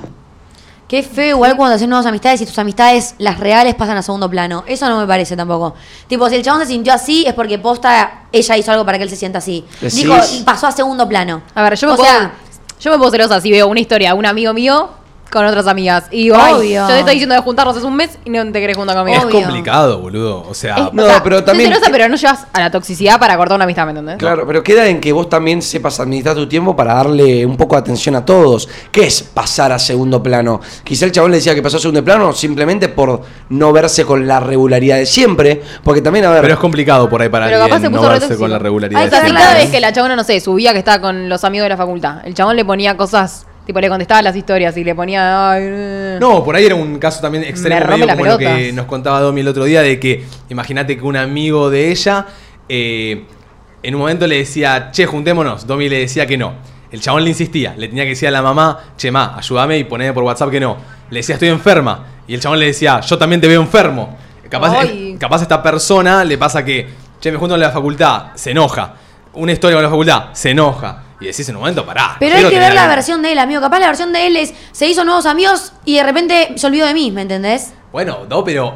[SPEAKER 4] Qué feo igual cuando haces nuevas amistades y tus amistades, las reales, pasan a segundo plano. Eso no me parece tampoco. Tipo, si el chabón se sintió así, es porque posta, ella hizo algo para que él se sienta así.
[SPEAKER 3] Decís.
[SPEAKER 4] Dijo, y pasó a segundo plano.
[SPEAKER 1] Eh, A ver, yo me
[SPEAKER 4] o
[SPEAKER 1] puedo.
[SPEAKER 4] sea,
[SPEAKER 1] yo me puedo celosa si veo una historia, un amigo mío con otras amigas. Y digo, ay,
[SPEAKER 4] Obvio.
[SPEAKER 1] yo te estoy diciendo de juntarnos hace un mes y no te querés juntar conmigo.
[SPEAKER 2] Es
[SPEAKER 4] Obvio.
[SPEAKER 2] complicado, boludo. O sea,
[SPEAKER 3] No,
[SPEAKER 1] O sea,
[SPEAKER 3] pero
[SPEAKER 1] sos
[SPEAKER 3] también-
[SPEAKER 1] celosa, pero no llevas a la toxicidad para cortar una amistad, ¿me entendés?
[SPEAKER 3] Claro, pero queda en que vos también sepas administrar tu tiempo para darle un poco de atención a todos. ¿Qué es pasar a segundo plano? Quizá el chabón le decía que pasó a segundo plano simplemente por no verse con la regularidad de siempre, porque también, a ver,
[SPEAKER 2] pero es complicado por ahí para
[SPEAKER 1] Pero capaz se
[SPEAKER 2] alguien
[SPEAKER 1] puso
[SPEAKER 2] no
[SPEAKER 1] re
[SPEAKER 2] verse
[SPEAKER 1] tóxico.
[SPEAKER 2] con la regularidad.
[SPEAKER 4] Hay
[SPEAKER 1] O
[SPEAKER 2] de
[SPEAKER 4] que
[SPEAKER 1] sea,
[SPEAKER 2] siempre.
[SPEAKER 1] si
[SPEAKER 4] hablar.
[SPEAKER 1] cada vez que la chabona, no sé, subía que estaba con los amigos de la facultad, el chabón le ponía cosas, tipo le contestaba las historias y le ponía. Ay, eh.
[SPEAKER 2] No, por ahí era un caso también extremo
[SPEAKER 1] rompe
[SPEAKER 2] medio
[SPEAKER 1] las
[SPEAKER 2] como lo
[SPEAKER 1] pelotas.
[SPEAKER 2] que nos contaba Domi el otro día de que imagínate que un amigo de ella eh, en un momento le decía, che, juntémonos. Domi le decía que no. El chabón le insistía, le tenía que decir a la mamá, che, ma, ayúdame y poneme por WhatsApp que no. Le decía, estoy enferma. Y el chabón le decía, yo también te veo enfermo. Capaz,
[SPEAKER 1] Ay.
[SPEAKER 2] eh, capaz a esta persona le pasa que, che, me junto en la facultad, se enoja. Una historia con la facultad, se enoja. Y decís en un momento, pará.
[SPEAKER 4] pero hay
[SPEAKER 2] quiero
[SPEAKER 4] que
[SPEAKER 2] tener
[SPEAKER 4] ver la
[SPEAKER 2] algo".
[SPEAKER 4] versión de él, amigo. Capaz la versión de él es, se hizo nuevos amigos y de repente se olvidó de mí, ¿me entendés?
[SPEAKER 2] Bueno, no, pero.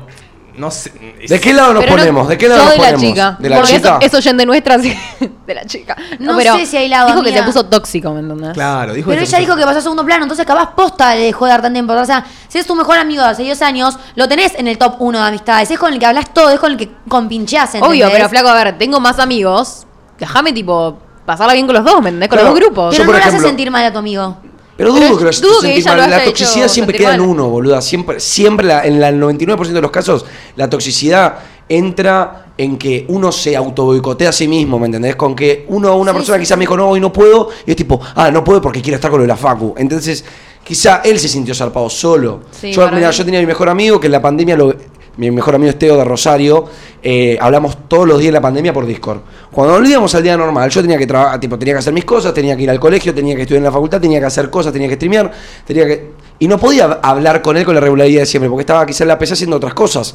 [SPEAKER 2] No sé.
[SPEAKER 3] ¿de qué lado nos
[SPEAKER 1] Pero no-
[SPEAKER 3] ponemos? ¿De qué lado
[SPEAKER 1] yo
[SPEAKER 3] nos
[SPEAKER 1] de la
[SPEAKER 3] ponemos?
[SPEAKER 1] chica.
[SPEAKER 3] ¿De la
[SPEAKER 1] porque
[SPEAKER 3] chica?
[SPEAKER 1] Eso, eso de nuestra, sí, de la chica.
[SPEAKER 4] No sé si hay lado,
[SPEAKER 1] Dijo que
[SPEAKER 4] amiga.
[SPEAKER 1] se puso tóxico, ¿me entendés?
[SPEAKER 2] Claro, dijo
[SPEAKER 4] Pero
[SPEAKER 2] eso.
[SPEAKER 4] ella dijo que pasó a segundo plano, entonces capaz posta le dejó de dar tanta importancia. O sea, si es tu mejor amigo de hace 10 años, lo tenés en el top 1 de amistades. Es con el que hablas todo, es con el que compincheás, ¿entendés?
[SPEAKER 1] Obvio, pero flaco, a ver, tengo más amigos. Déjame, tipo, pasarla bien con los dos, ¿me entendés? Con
[SPEAKER 3] Claro.
[SPEAKER 1] los dos grupos.
[SPEAKER 4] Pero
[SPEAKER 3] Yo, por
[SPEAKER 4] no le
[SPEAKER 3] ejemplo-
[SPEAKER 4] haces sentir mal a tu amigo.
[SPEAKER 3] Pero dudo
[SPEAKER 1] Pero
[SPEAKER 3] que lo hayas
[SPEAKER 1] dudo que
[SPEAKER 3] sentido
[SPEAKER 1] ella lo
[SPEAKER 3] mal. La
[SPEAKER 1] haya
[SPEAKER 3] toxicidad
[SPEAKER 1] hecho
[SPEAKER 3] siempre
[SPEAKER 1] sentir
[SPEAKER 3] queda en
[SPEAKER 1] mal.
[SPEAKER 3] uno, boluda. Siempre, siempre la- en la- el 99% de los casos, la toxicidad entra en que uno se autoboicotea a sí mismo, ¿me entendés? Con que uno, una
[SPEAKER 4] Sí,
[SPEAKER 3] persona
[SPEAKER 4] sí,
[SPEAKER 3] quizás me dijo, no, hoy no puedo, y es tipo, ah, no puedo porque quiero estar con lo de la facu. Entonces, quizá él se sintió zarpado solo.
[SPEAKER 1] Sí,
[SPEAKER 3] yo,
[SPEAKER 1] para
[SPEAKER 3] mirá,
[SPEAKER 1] mí.
[SPEAKER 3] yo tenía mi mejor amigo que en la pandemia lo... Mi mejor amigo es Teo de Rosario. eh, hablamos todos los días de la pandemia por Discord. Cuando volvíamos al día normal, yo tenía que trabajar, tipo, tenía que hacer mis cosas, tenía que ir al colegio, tenía que estudiar en la facultad, tenía que hacer cosas, tenía que streamear, tenía que. Y no podía hablar con él con la regularidad de siempre, porque estaba quizá en la PC haciendo otras cosas.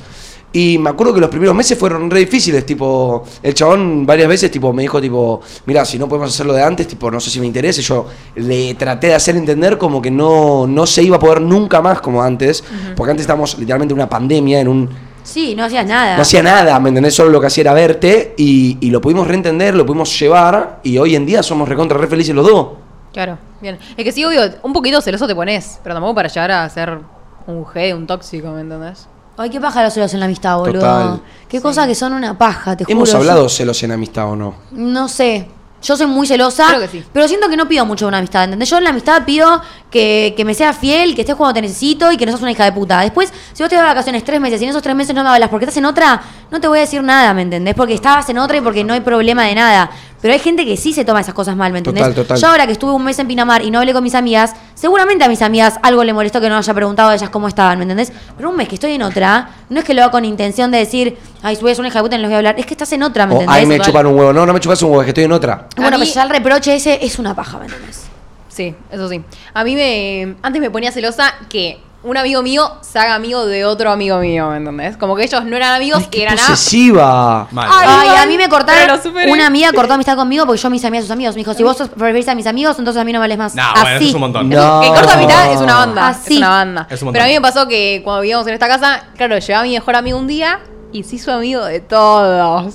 [SPEAKER 3] Y me acuerdo que los primeros meses fueron re difíciles, tipo, el chabón varias veces tipo me dijo tipo, mira, si no podemos hacer lo de antes, tipo, no sé si me interese, yo le traté de hacer entender como que no, no se iba a poder nunca más como antes, porque antes estábamos literalmente en una pandemia, en un
[SPEAKER 4] Sí, no hacías nada.
[SPEAKER 3] no hacía nada, ¿me entendés? Solo lo que hacía era verte y, y lo pudimos reentender, lo pudimos llevar y hoy en día somos recontra re felices los dos.
[SPEAKER 1] Claro, bien. Es que sí, obvio, un poquito celoso te pones, pero tampoco para llegar a ser un G, un tóxico, ¿me entendés?
[SPEAKER 4] Ay, qué paja los celos en la amistad, boludo.
[SPEAKER 3] Total.
[SPEAKER 4] Qué cosas que son una paja, te juro.
[SPEAKER 3] ¿Hemos
[SPEAKER 4] yo-
[SPEAKER 3] hablado de celos en amistad o no?
[SPEAKER 4] No sé. Yo soy muy celosa,
[SPEAKER 1] Creo que sí.
[SPEAKER 4] pero siento que no pido mucho de una amistad, ¿entendés? Yo en la amistad pido que, que me seas fiel, que estés cuando te necesito y que no seas una hija de puta. Después, si vos te vas de vacaciones tres meses y en esos tres meses no me hablas porque estás en otra, no te voy a decir nada, ¿me entendés? Porque estabas en otra y porque no hay problema de nada. Pero hay gente que sí se toma esas cosas mal, ¿me entendés?
[SPEAKER 3] Total, total.
[SPEAKER 4] Yo ahora que estuve un mes en Pinamar y no hablé con mis amigas, seguramente a mis amigas algo le molestó que no haya preguntado a ellas cómo estaban, ¿me entendés? Pero un mes que estoy en otra, no es que lo haga con intención de decir, ay, voy a ser una hija de puta y no les voy a hablar. Es que estás en otra, ¿me
[SPEAKER 3] O,
[SPEAKER 4] entendés?
[SPEAKER 3] ay, me
[SPEAKER 4] Igual.
[SPEAKER 3] chupan un huevo. No, no me chupas un huevo, es que estoy en otra.
[SPEAKER 4] Bueno,
[SPEAKER 1] A
[SPEAKER 4] pero
[SPEAKER 1] mí-
[SPEAKER 4] ya el reproche ese es una paja, ¿me entendés?
[SPEAKER 1] Sí, eso sí. A mí me. Antes me ponía celosa que un amigo mío se haga amigo de otro amigo mío, ¿me entendés? Como que ellos no eran amigos, que eran a.
[SPEAKER 3] Obsesiva.
[SPEAKER 2] Mal.
[SPEAKER 4] Ay,
[SPEAKER 1] Igual,
[SPEAKER 4] a mí me
[SPEAKER 1] pero
[SPEAKER 4] cortaron.
[SPEAKER 1] lo superé.
[SPEAKER 4] Una amiga cortó amistad conmigo porque yo me hice amiga de sus amigos. Me dijo, si vos sos- preferís a mis amigos, entonces a mí no me vales más.
[SPEAKER 2] Nah,
[SPEAKER 4] Así.
[SPEAKER 2] bueno, eso es un montón.
[SPEAKER 3] No.
[SPEAKER 1] Que corta mitad es una banda.
[SPEAKER 4] Así.
[SPEAKER 1] Es una banda.
[SPEAKER 2] Es un montón.
[SPEAKER 1] Pero a mí me pasó que cuando vivíamos en esta casa, claro, llegaba mi mejor amigo un día y se hizo amigo de todos.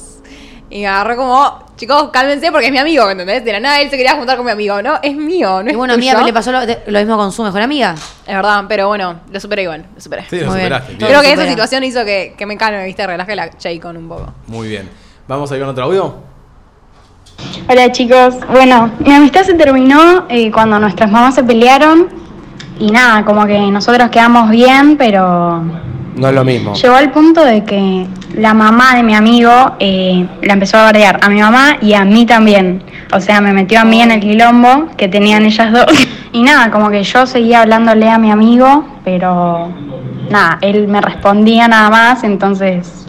[SPEAKER 1] Y me agarró como, chicos, cálmense porque es mi amigo, ¿entendés? De la nada él se quería juntar con mi amigo, ¿no? Es mío, ¿no?
[SPEAKER 4] Y
[SPEAKER 1] es
[SPEAKER 4] bueno, a
[SPEAKER 1] tuyo.
[SPEAKER 4] mí le pasó lo, de- lo mismo con su mejor amiga.
[SPEAKER 1] Es verdad, pero bueno, lo superé igual, lo superé.
[SPEAKER 2] Sí, lo
[SPEAKER 4] Muy bien.
[SPEAKER 2] superaste. bien.
[SPEAKER 4] Todo
[SPEAKER 1] Creo
[SPEAKER 4] lo
[SPEAKER 1] que
[SPEAKER 4] supera.
[SPEAKER 1] esa situación hizo que, que me calme, ¿viste? Relaje la con un poco.
[SPEAKER 2] Muy bien. ¿Vamos a ir con otro audio?
[SPEAKER 7] Hola chicos, bueno, mi amistad se terminó eh, cuando nuestras mamás se pelearon y nada, como que nosotros quedamos bien, pero
[SPEAKER 3] No es lo mismo.
[SPEAKER 7] llegó al punto de que la mamá de mi amigo eh, la empezó a bardear a mi mamá y a mí también. O sea, me metió a mí en el quilombo que tenían ellas dos. Y nada, como que yo seguía hablándole a mi amigo, pero nada, él me respondía nada más, entonces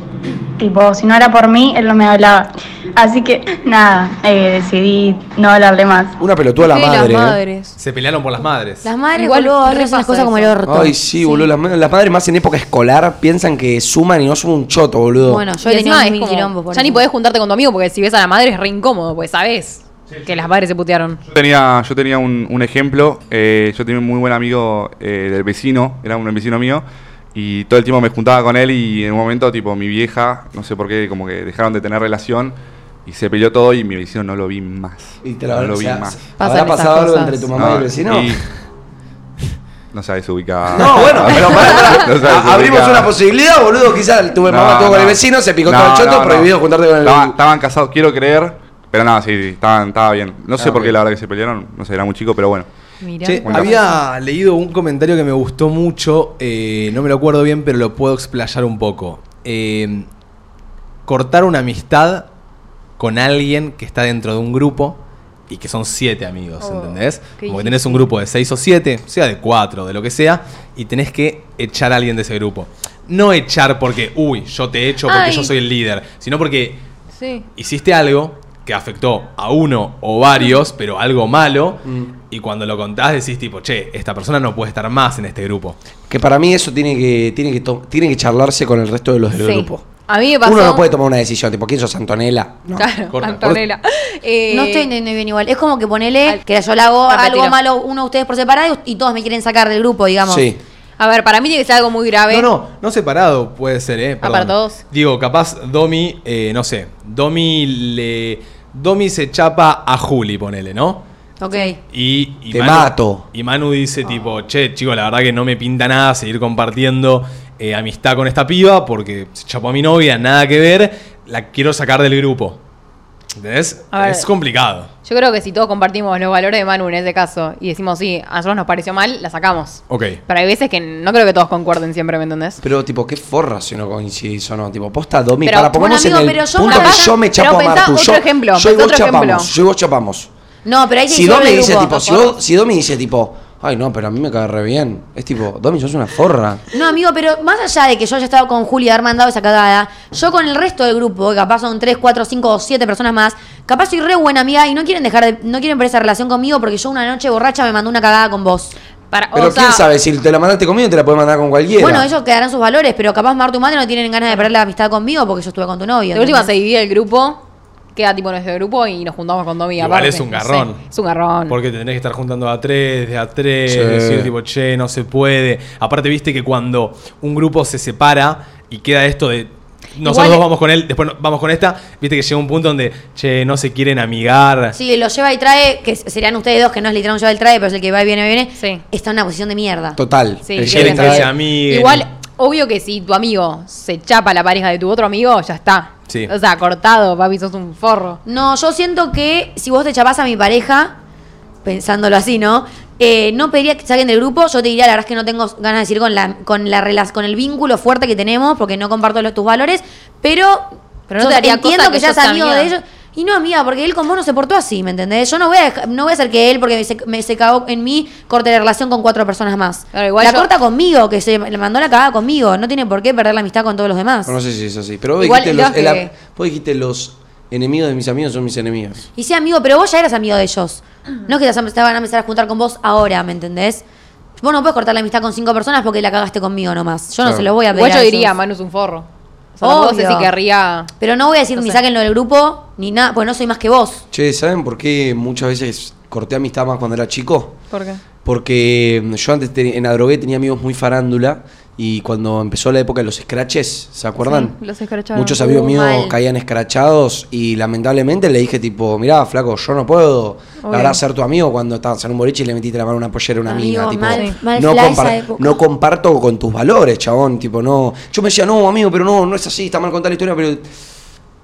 [SPEAKER 7] Tipo, si no era por mí, él no me hablaba. Así que, nada, eh, decidí no hablarle más.
[SPEAKER 3] Una pelotuda la
[SPEAKER 1] Sí,
[SPEAKER 3] madre.
[SPEAKER 1] las
[SPEAKER 3] ¿eh?
[SPEAKER 1] madres.
[SPEAKER 2] Se pelearon por las madres.
[SPEAKER 4] Las madres,
[SPEAKER 1] Igual
[SPEAKER 4] boludo,
[SPEAKER 1] re
[SPEAKER 4] ahora hacen las
[SPEAKER 1] pasa
[SPEAKER 4] cosas como el
[SPEAKER 1] eso.
[SPEAKER 4] orto.
[SPEAKER 3] Ay, sí, boludo. Las, ma- las madres más en época escolar piensan que suman y no suman un choto, boludo.
[SPEAKER 4] Bueno, yo
[SPEAKER 1] Y
[SPEAKER 4] he tenido
[SPEAKER 1] encima es
[SPEAKER 4] mil
[SPEAKER 1] como,
[SPEAKER 4] quilombos por
[SPEAKER 1] Ya ni
[SPEAKER 4] eso.
[SPEAKER 1] podés juntarte con tu amigo porque si ves a la madre es re incómodo, pues sabes que las madres se putearon.
[SPEAKER 5] Yo tenía, yo tenía un, un ejemplo, eh, yo tenía un muy buen amigo eh, del vecino, era un vecino mío, y todo el tiempo me juntaba con él y en un momento, tipo, mi vieja, no sé por qué, como que dejaron de tener relación y se peleó todo y mi vecino no lo vi más.
[SPEAKER 3] Y te
[SPEAKER 5] no
[SPEAKER 3] la
[SPEAKER 5] lo
[SPEAKER 3] o
[SPEAKER 5] vi
[SPEAKER 3] sea,
[SPEAKER 5] más.
[SPEAKER 1] Pasan
[SPEAKER 3] ¿Habrá
[SPEAKER 1] esas
[SPEAKER 3] pasado algo
[SPEAKER 1] cosas.
[SPEAKER 3] entre tu mamá y el vecino?
[SPEAKER 5] y- no se ha desubicado.
[SPEAKER 3] No, bueno, pero pará, pará.
[SPEAKER 5] No se ha desubicado.
[SPEAKER 3] abrimos una posibilidad, boludo. Quizás tu mamá
[SPEAKER 5] No,
[SPEAKER 3] estuvo con
[SPEAKER 5] no.
[SPEAKER 3] el vecino, se picó
[SPEAKER 5] No,
[SPEAKER 3] todo el choto,
[SPEAKER 5] no, no.
[SPEAKER 3] prohibido juntarte con el
[SPEAKER 5] Estaba- estaban casados, quiero creer. Pero nada, sí, sí, estaban, estaba bien. No sé
[SPEAKER 3] Ah,
[SPEAKER 5] por qué
[SPEAKER 3] ok.
[SPEAKER 5] la verdad que se pelearon. No sé, era muy chico, pero bueno.
[SPEAKER 1] Mirá.
[SPEAKER 2] Che,
[SPEAKER 5] Bueno.
[SPEAKER 2] había leído un comentario que me gustó mucho, eh, no me lo acuerdo bien, pero lo puedo explayar un poco. Eh, cortar una amistad con alguien que está dentro de un grupo y que son siete amigos,
[SPEAKER 1] Oh,
[SPEAKER 2] ¿entendés?
[SPEAKER 1] qué
[SPEAKER 2] Como que tenés un grupo de seis o siete, sea de cuatro, de lo que sea, y tenés que echar a alguien de ese grupo. No echar porque, uy, yo te echo porque
[SPEAKER 1] Ay.
[SPEAKER 2] yo soy el líder, sino porque
[SPEAKER 1] Sí.
[SPEAKER 2] hiciste algo que afectó a uno o varios, pero algo malo, y cuando lo contás decís tipo, che, esta persona no puede estar más en este grupo.
[SPEAKER 3] Que para mí eso tiene que, tiene que, to- tiene que charlarse con el resto de los del
[SPEAKER 1] Sí.
[SPEAKER 3] grupo.
[SPEAKER 1] A mí me pasó.
[SPEAKER 3] Uno no puede tomar una decisión, tipo, ¿quién sos Antonella? No.
[SPEAKER 1] Claro,
[SPEAKER 2] Corta,
[SPEAKER 1] Antonella. Eh,
[SPEAKER 4] No estoy entendiendo bien igual. Es como que ponele
[SPEAKER 1] Al- Ah,
[SPEAKER 4] que yo le hago
[SPEAKER 1] al
[SPEAKER 4] algo
[SPEAKER 1] retiro.
[SPEAKER 4] malo uno de ustedes por separado y todos me quieren sacar del grupo, digamos.
[SPEAKER 3] Sí.
[SPEAKER 1] A ver, para mí tiene que ser algo muy grave.
[SPEAKER 2] No, no, no separado puede ser, ¿eh? Perdón.
[SPEAKER 1] Ah, para todos.
[SPEAKER 2] Digo, capaz Domi, eh, no sé, Domi le... Domi se chapa a Juli, ponele, ¿no?
[SPEAKER 4] Ok.
[SPEAKER 2] Y, y
[SPEAKER 3] Te mato.
[SPEAKER 2] Y Manu dice tipo, che, chico, la verdad que no me pinta nada seguir compartiendo eh, amistad con esta piba porque se chapó a mi novia, nada que ver, la quiero sacar del grupo. ¿Entendés?
[SPEAKER 1] A ver.
[SPEAKER 2] Es complicado.
[SPEAKER 1] Yo creo que si todos compartimos los valores de Manu en ese caso y decimos, sí, a nosotros nos pareció mal, la sacamos.
[SPEAKER 2] Ok.
[SPEAKER 1] Pero hay veces que no creo que todos concuerden siempre, ¿me entendés?
[SPEAKER 3] Pero, tipo, qué forra si no coincidís o no. Tipo, posta Domi,
[SPEAKER 1] Pero,
[SPEAKER 3] para
[SPEAKER 1] bueno,
[SPEAKER 3] ponemos
[SPEAKER 4] amigo,
[SPEAKER 3] en el
[SPEAKER 4] pero yo
[SPEAKER 3] punto
[SPEAKER 1] capaz-
[SPEAKER 3] que yo me chapo a
[SPEAKER 1] pero pensá
[SPEAKER 3] Martu.
[SPEAKER 1] otro
[SPEAKER 3] yo,
[SPEAKER 1] ejemplo,
[SPEAKER 3] yo y
[SPEAKER 1] pensá
[SPEAKER 3] vos
[SPEAKER 1] otro
[SPEAKER 3] chapamos,
[SPEAKER 1] ejemplo.
[SPEAKER 3] yo y vos chapamos.
[SPEAKER 4] No, pero hay que
[SPEAKER 3] Si Domi
[SPEAKER 4] disolver el
[SPEAKER 3] dice,
[SPEAKER 4] grupo.
[SPEAKER 3] tipo, si, vos- si Domi dice, tipo, ay, no, pero a mí me cae re bien. Es tipo, Domi, sos una forra.
[SPEAKER 4] No, amigo, pero más allá de que yo haya estado con Julio y haber mandado esa cagada, yo con el resto del grupo, que capaz son 3, 4, 5 o 7 personas más, capaz soy re buena amiga y no quieren dejar de, no quieren ver esa relación conmigo porque yo una noche borracha me mandó una cagada con vos.
[SPEAKER 1] Para,
[SPEAKER 3] Pero
[SPEAKER 1] o sea,
[SPEAKER 3] quién sabe, si te la mandaste conmigo, te la puedes mandar con cualquiera.
[SPEAKER 4] Bueno, ellos quedarán sus valores, pero capaz Marta y Mate no tienen ganas de perder la amistad conmigo porque yo estuve con tu novio.
[SPEAKER 1] De última se
[SPEAKER 4] ¿entendés?
[SPEAKER 1] divide el grupo, queda tipo nuestro grupo y nos juntamos con Domi.
[SPEAKER 2] Igual
[SPEAKER 1] aparte,
[SPEAKER 2] es un
[SPEAKER 1] no sé.
[SPEAKER 2] garrón.
[SPEAKER 1] Es un garrón.
[SPEAKER 2] Porque te tenés que estar juntando a tres, de a tres,
[SPEAKER 3] Sí.
[SPEAKER 2] decir tipo, che, no se puede. Aparte, viste que cuando un grupo se separa y queda esto de. Nosotros
[SPEAKER 4] Igual-
[SPEAKER 2] dos vamos con él, después no- vamos con esta, viste que llega un punto donde, che, no se quieren amigar.
[SPEAKER 4] Sí, lo lleva y trae, que serían ustedes dos, que no es literal un lleva y trae, pero es el que va y viene, viene.
[SPEAKER 1] Sí.
[SPEAKER 4] Está en una posición de mierda.
[SPEAKER 3] Total.
[SPEAKER 1] Sí,
[SPEAKER 3] El
[SPEAKER 1] sí,
[SPEAKER 3] quiere
[SPEAKER 2] sí,
[SPEAKER 3] traer-
[SPEAKER 2] sí, a mí-
[SPEAKER 1] Igual, obvio que si tu amigo se chapa la pareja de tu otro amigo, ya está.
[SPEAKER 2] Sí.
[SPEAKER 1] O sea, cortado, papi, sos un forro.
[SPEAKER 4] No, yo siento que si vos te chapás a mi pareja, pensándolo así, ¿no? Eh, no pediría que te saquen del grupo, yo te diría, la verdad es que no tengo ganas de decir con la, con la rela- con el vínculo fuerte que tenemos, porque no comparto los, tus valores, pero,
[SPEAKER 1] Pero
[SPEAKER 4] yo
[SPEAKER 1] no te haría
[SPEAKER 4] entiendo
[SPEAKER 1] cosa
[SPEAKER 4] que
[SPEAKER 1] que
[SPEAKER 4] seas
[SPEAKER 1] sos
[SPEAKER 4] amigo de
[SPEAKER 1] amiga.
[SPEAKER 4] ellos. Y no, amiga, porque él con vos no se portó así, ¿me entendés? Yo no voy a, deja- no voy a hacer que él, porque se, me, se cagó en mí, corte la relación con cuatro personas más.
[SPEAKER 1] Claro, igual
[SPEAKER 4] la
[SPEAKER 1] yo-
[SPEAKER 4] corta conmigo, que se le mandó la cagada conmigo. No tiene por qué perder la amistad con todos los demás.
[SPEAKER 3] No sé si es así. Pero vos
[SPEAKER 1] Igual
[SPEAKER 3] dijiste,
[SPEAKER 1] lo
[SPEAKER 3] los, el-
[SPEAKER 1] que-
[SPEAKER 3] vos dijiste los enemigos de mis amigos son mis enemigos.
[SPEAKER 4] Y sí, amigo, pero vos ya eras amigo de ellos.
[SPEAKER 1] Mm.
[SPEAKER 4] No es que te van a empezar a juntar con vos ahora, ¿me entendés? Vos no puedes cortar la amistad con cinco personas porque la cagaste conmigo nomás. Yo
[SPEAKER 5] Claro.
[SPEAKER 4] no se los voy a pedir.
[SPEAKER 1] Igual yo
[SPEAKER 4] a
[SPEAKER 1] diría,
[SPEAKER 4] ellos.
[SPEAKER 1] Manu es un forro. O sea, no sé si
[SPEAKER 4] Obvio.
[SPEAKER 1] querría.
[SPEAKER 4] Pero no voy a decir
[SPEAKER 1] No
[SPEAKER 4] ni
[SPEAKER 1] sé.
[SPEAKER 4] sáquenlo del grupo, ni nada, pues no soy más que vos.
[SPEAKER 3] Che, ¿saben por qué muchas veces corté amistad más cuando era chico?
[SPEAKER 1] ¿Por qué?
[SPEAKER 3] Porque mm, yo antes te- en Adrogué tenía amigos muy farándula y cuando empezó la época de los scratches, ¿se acuerdan?
[SPEAKER 1] Sí, los escracharon.
[SPEAKER 3] Muchos amigos
[SPEAKER 4] Uh,
[SPEAKER 3] míos
[SPEAKER 4] mal.
[SPEAKER 3] caían escrachados y lamentablemente le dije tipo, mirá, flaco, yo no puedo la
[SPEAKER 1] Obvio.
[SPEAKER 3] verdad ser tu amigo cuando estabas en un boliche y le metiste la mano a una pollera a una mina,
[SPEAKER 4] Amigo,
[SPEAKER 3] tipo,
[SPEAKER 4] mal- mal
[SPEAKER 3] no,
[SPEAKER 4] fla esa
[SPEAKER 3] compar-
[SPEAKER 4] época.
[SPEAKER 3] no comparto con tus valores, chabón, tipo, no. Yo me decía, no, amigo, pero no, no es así, está mal contar la historia, pero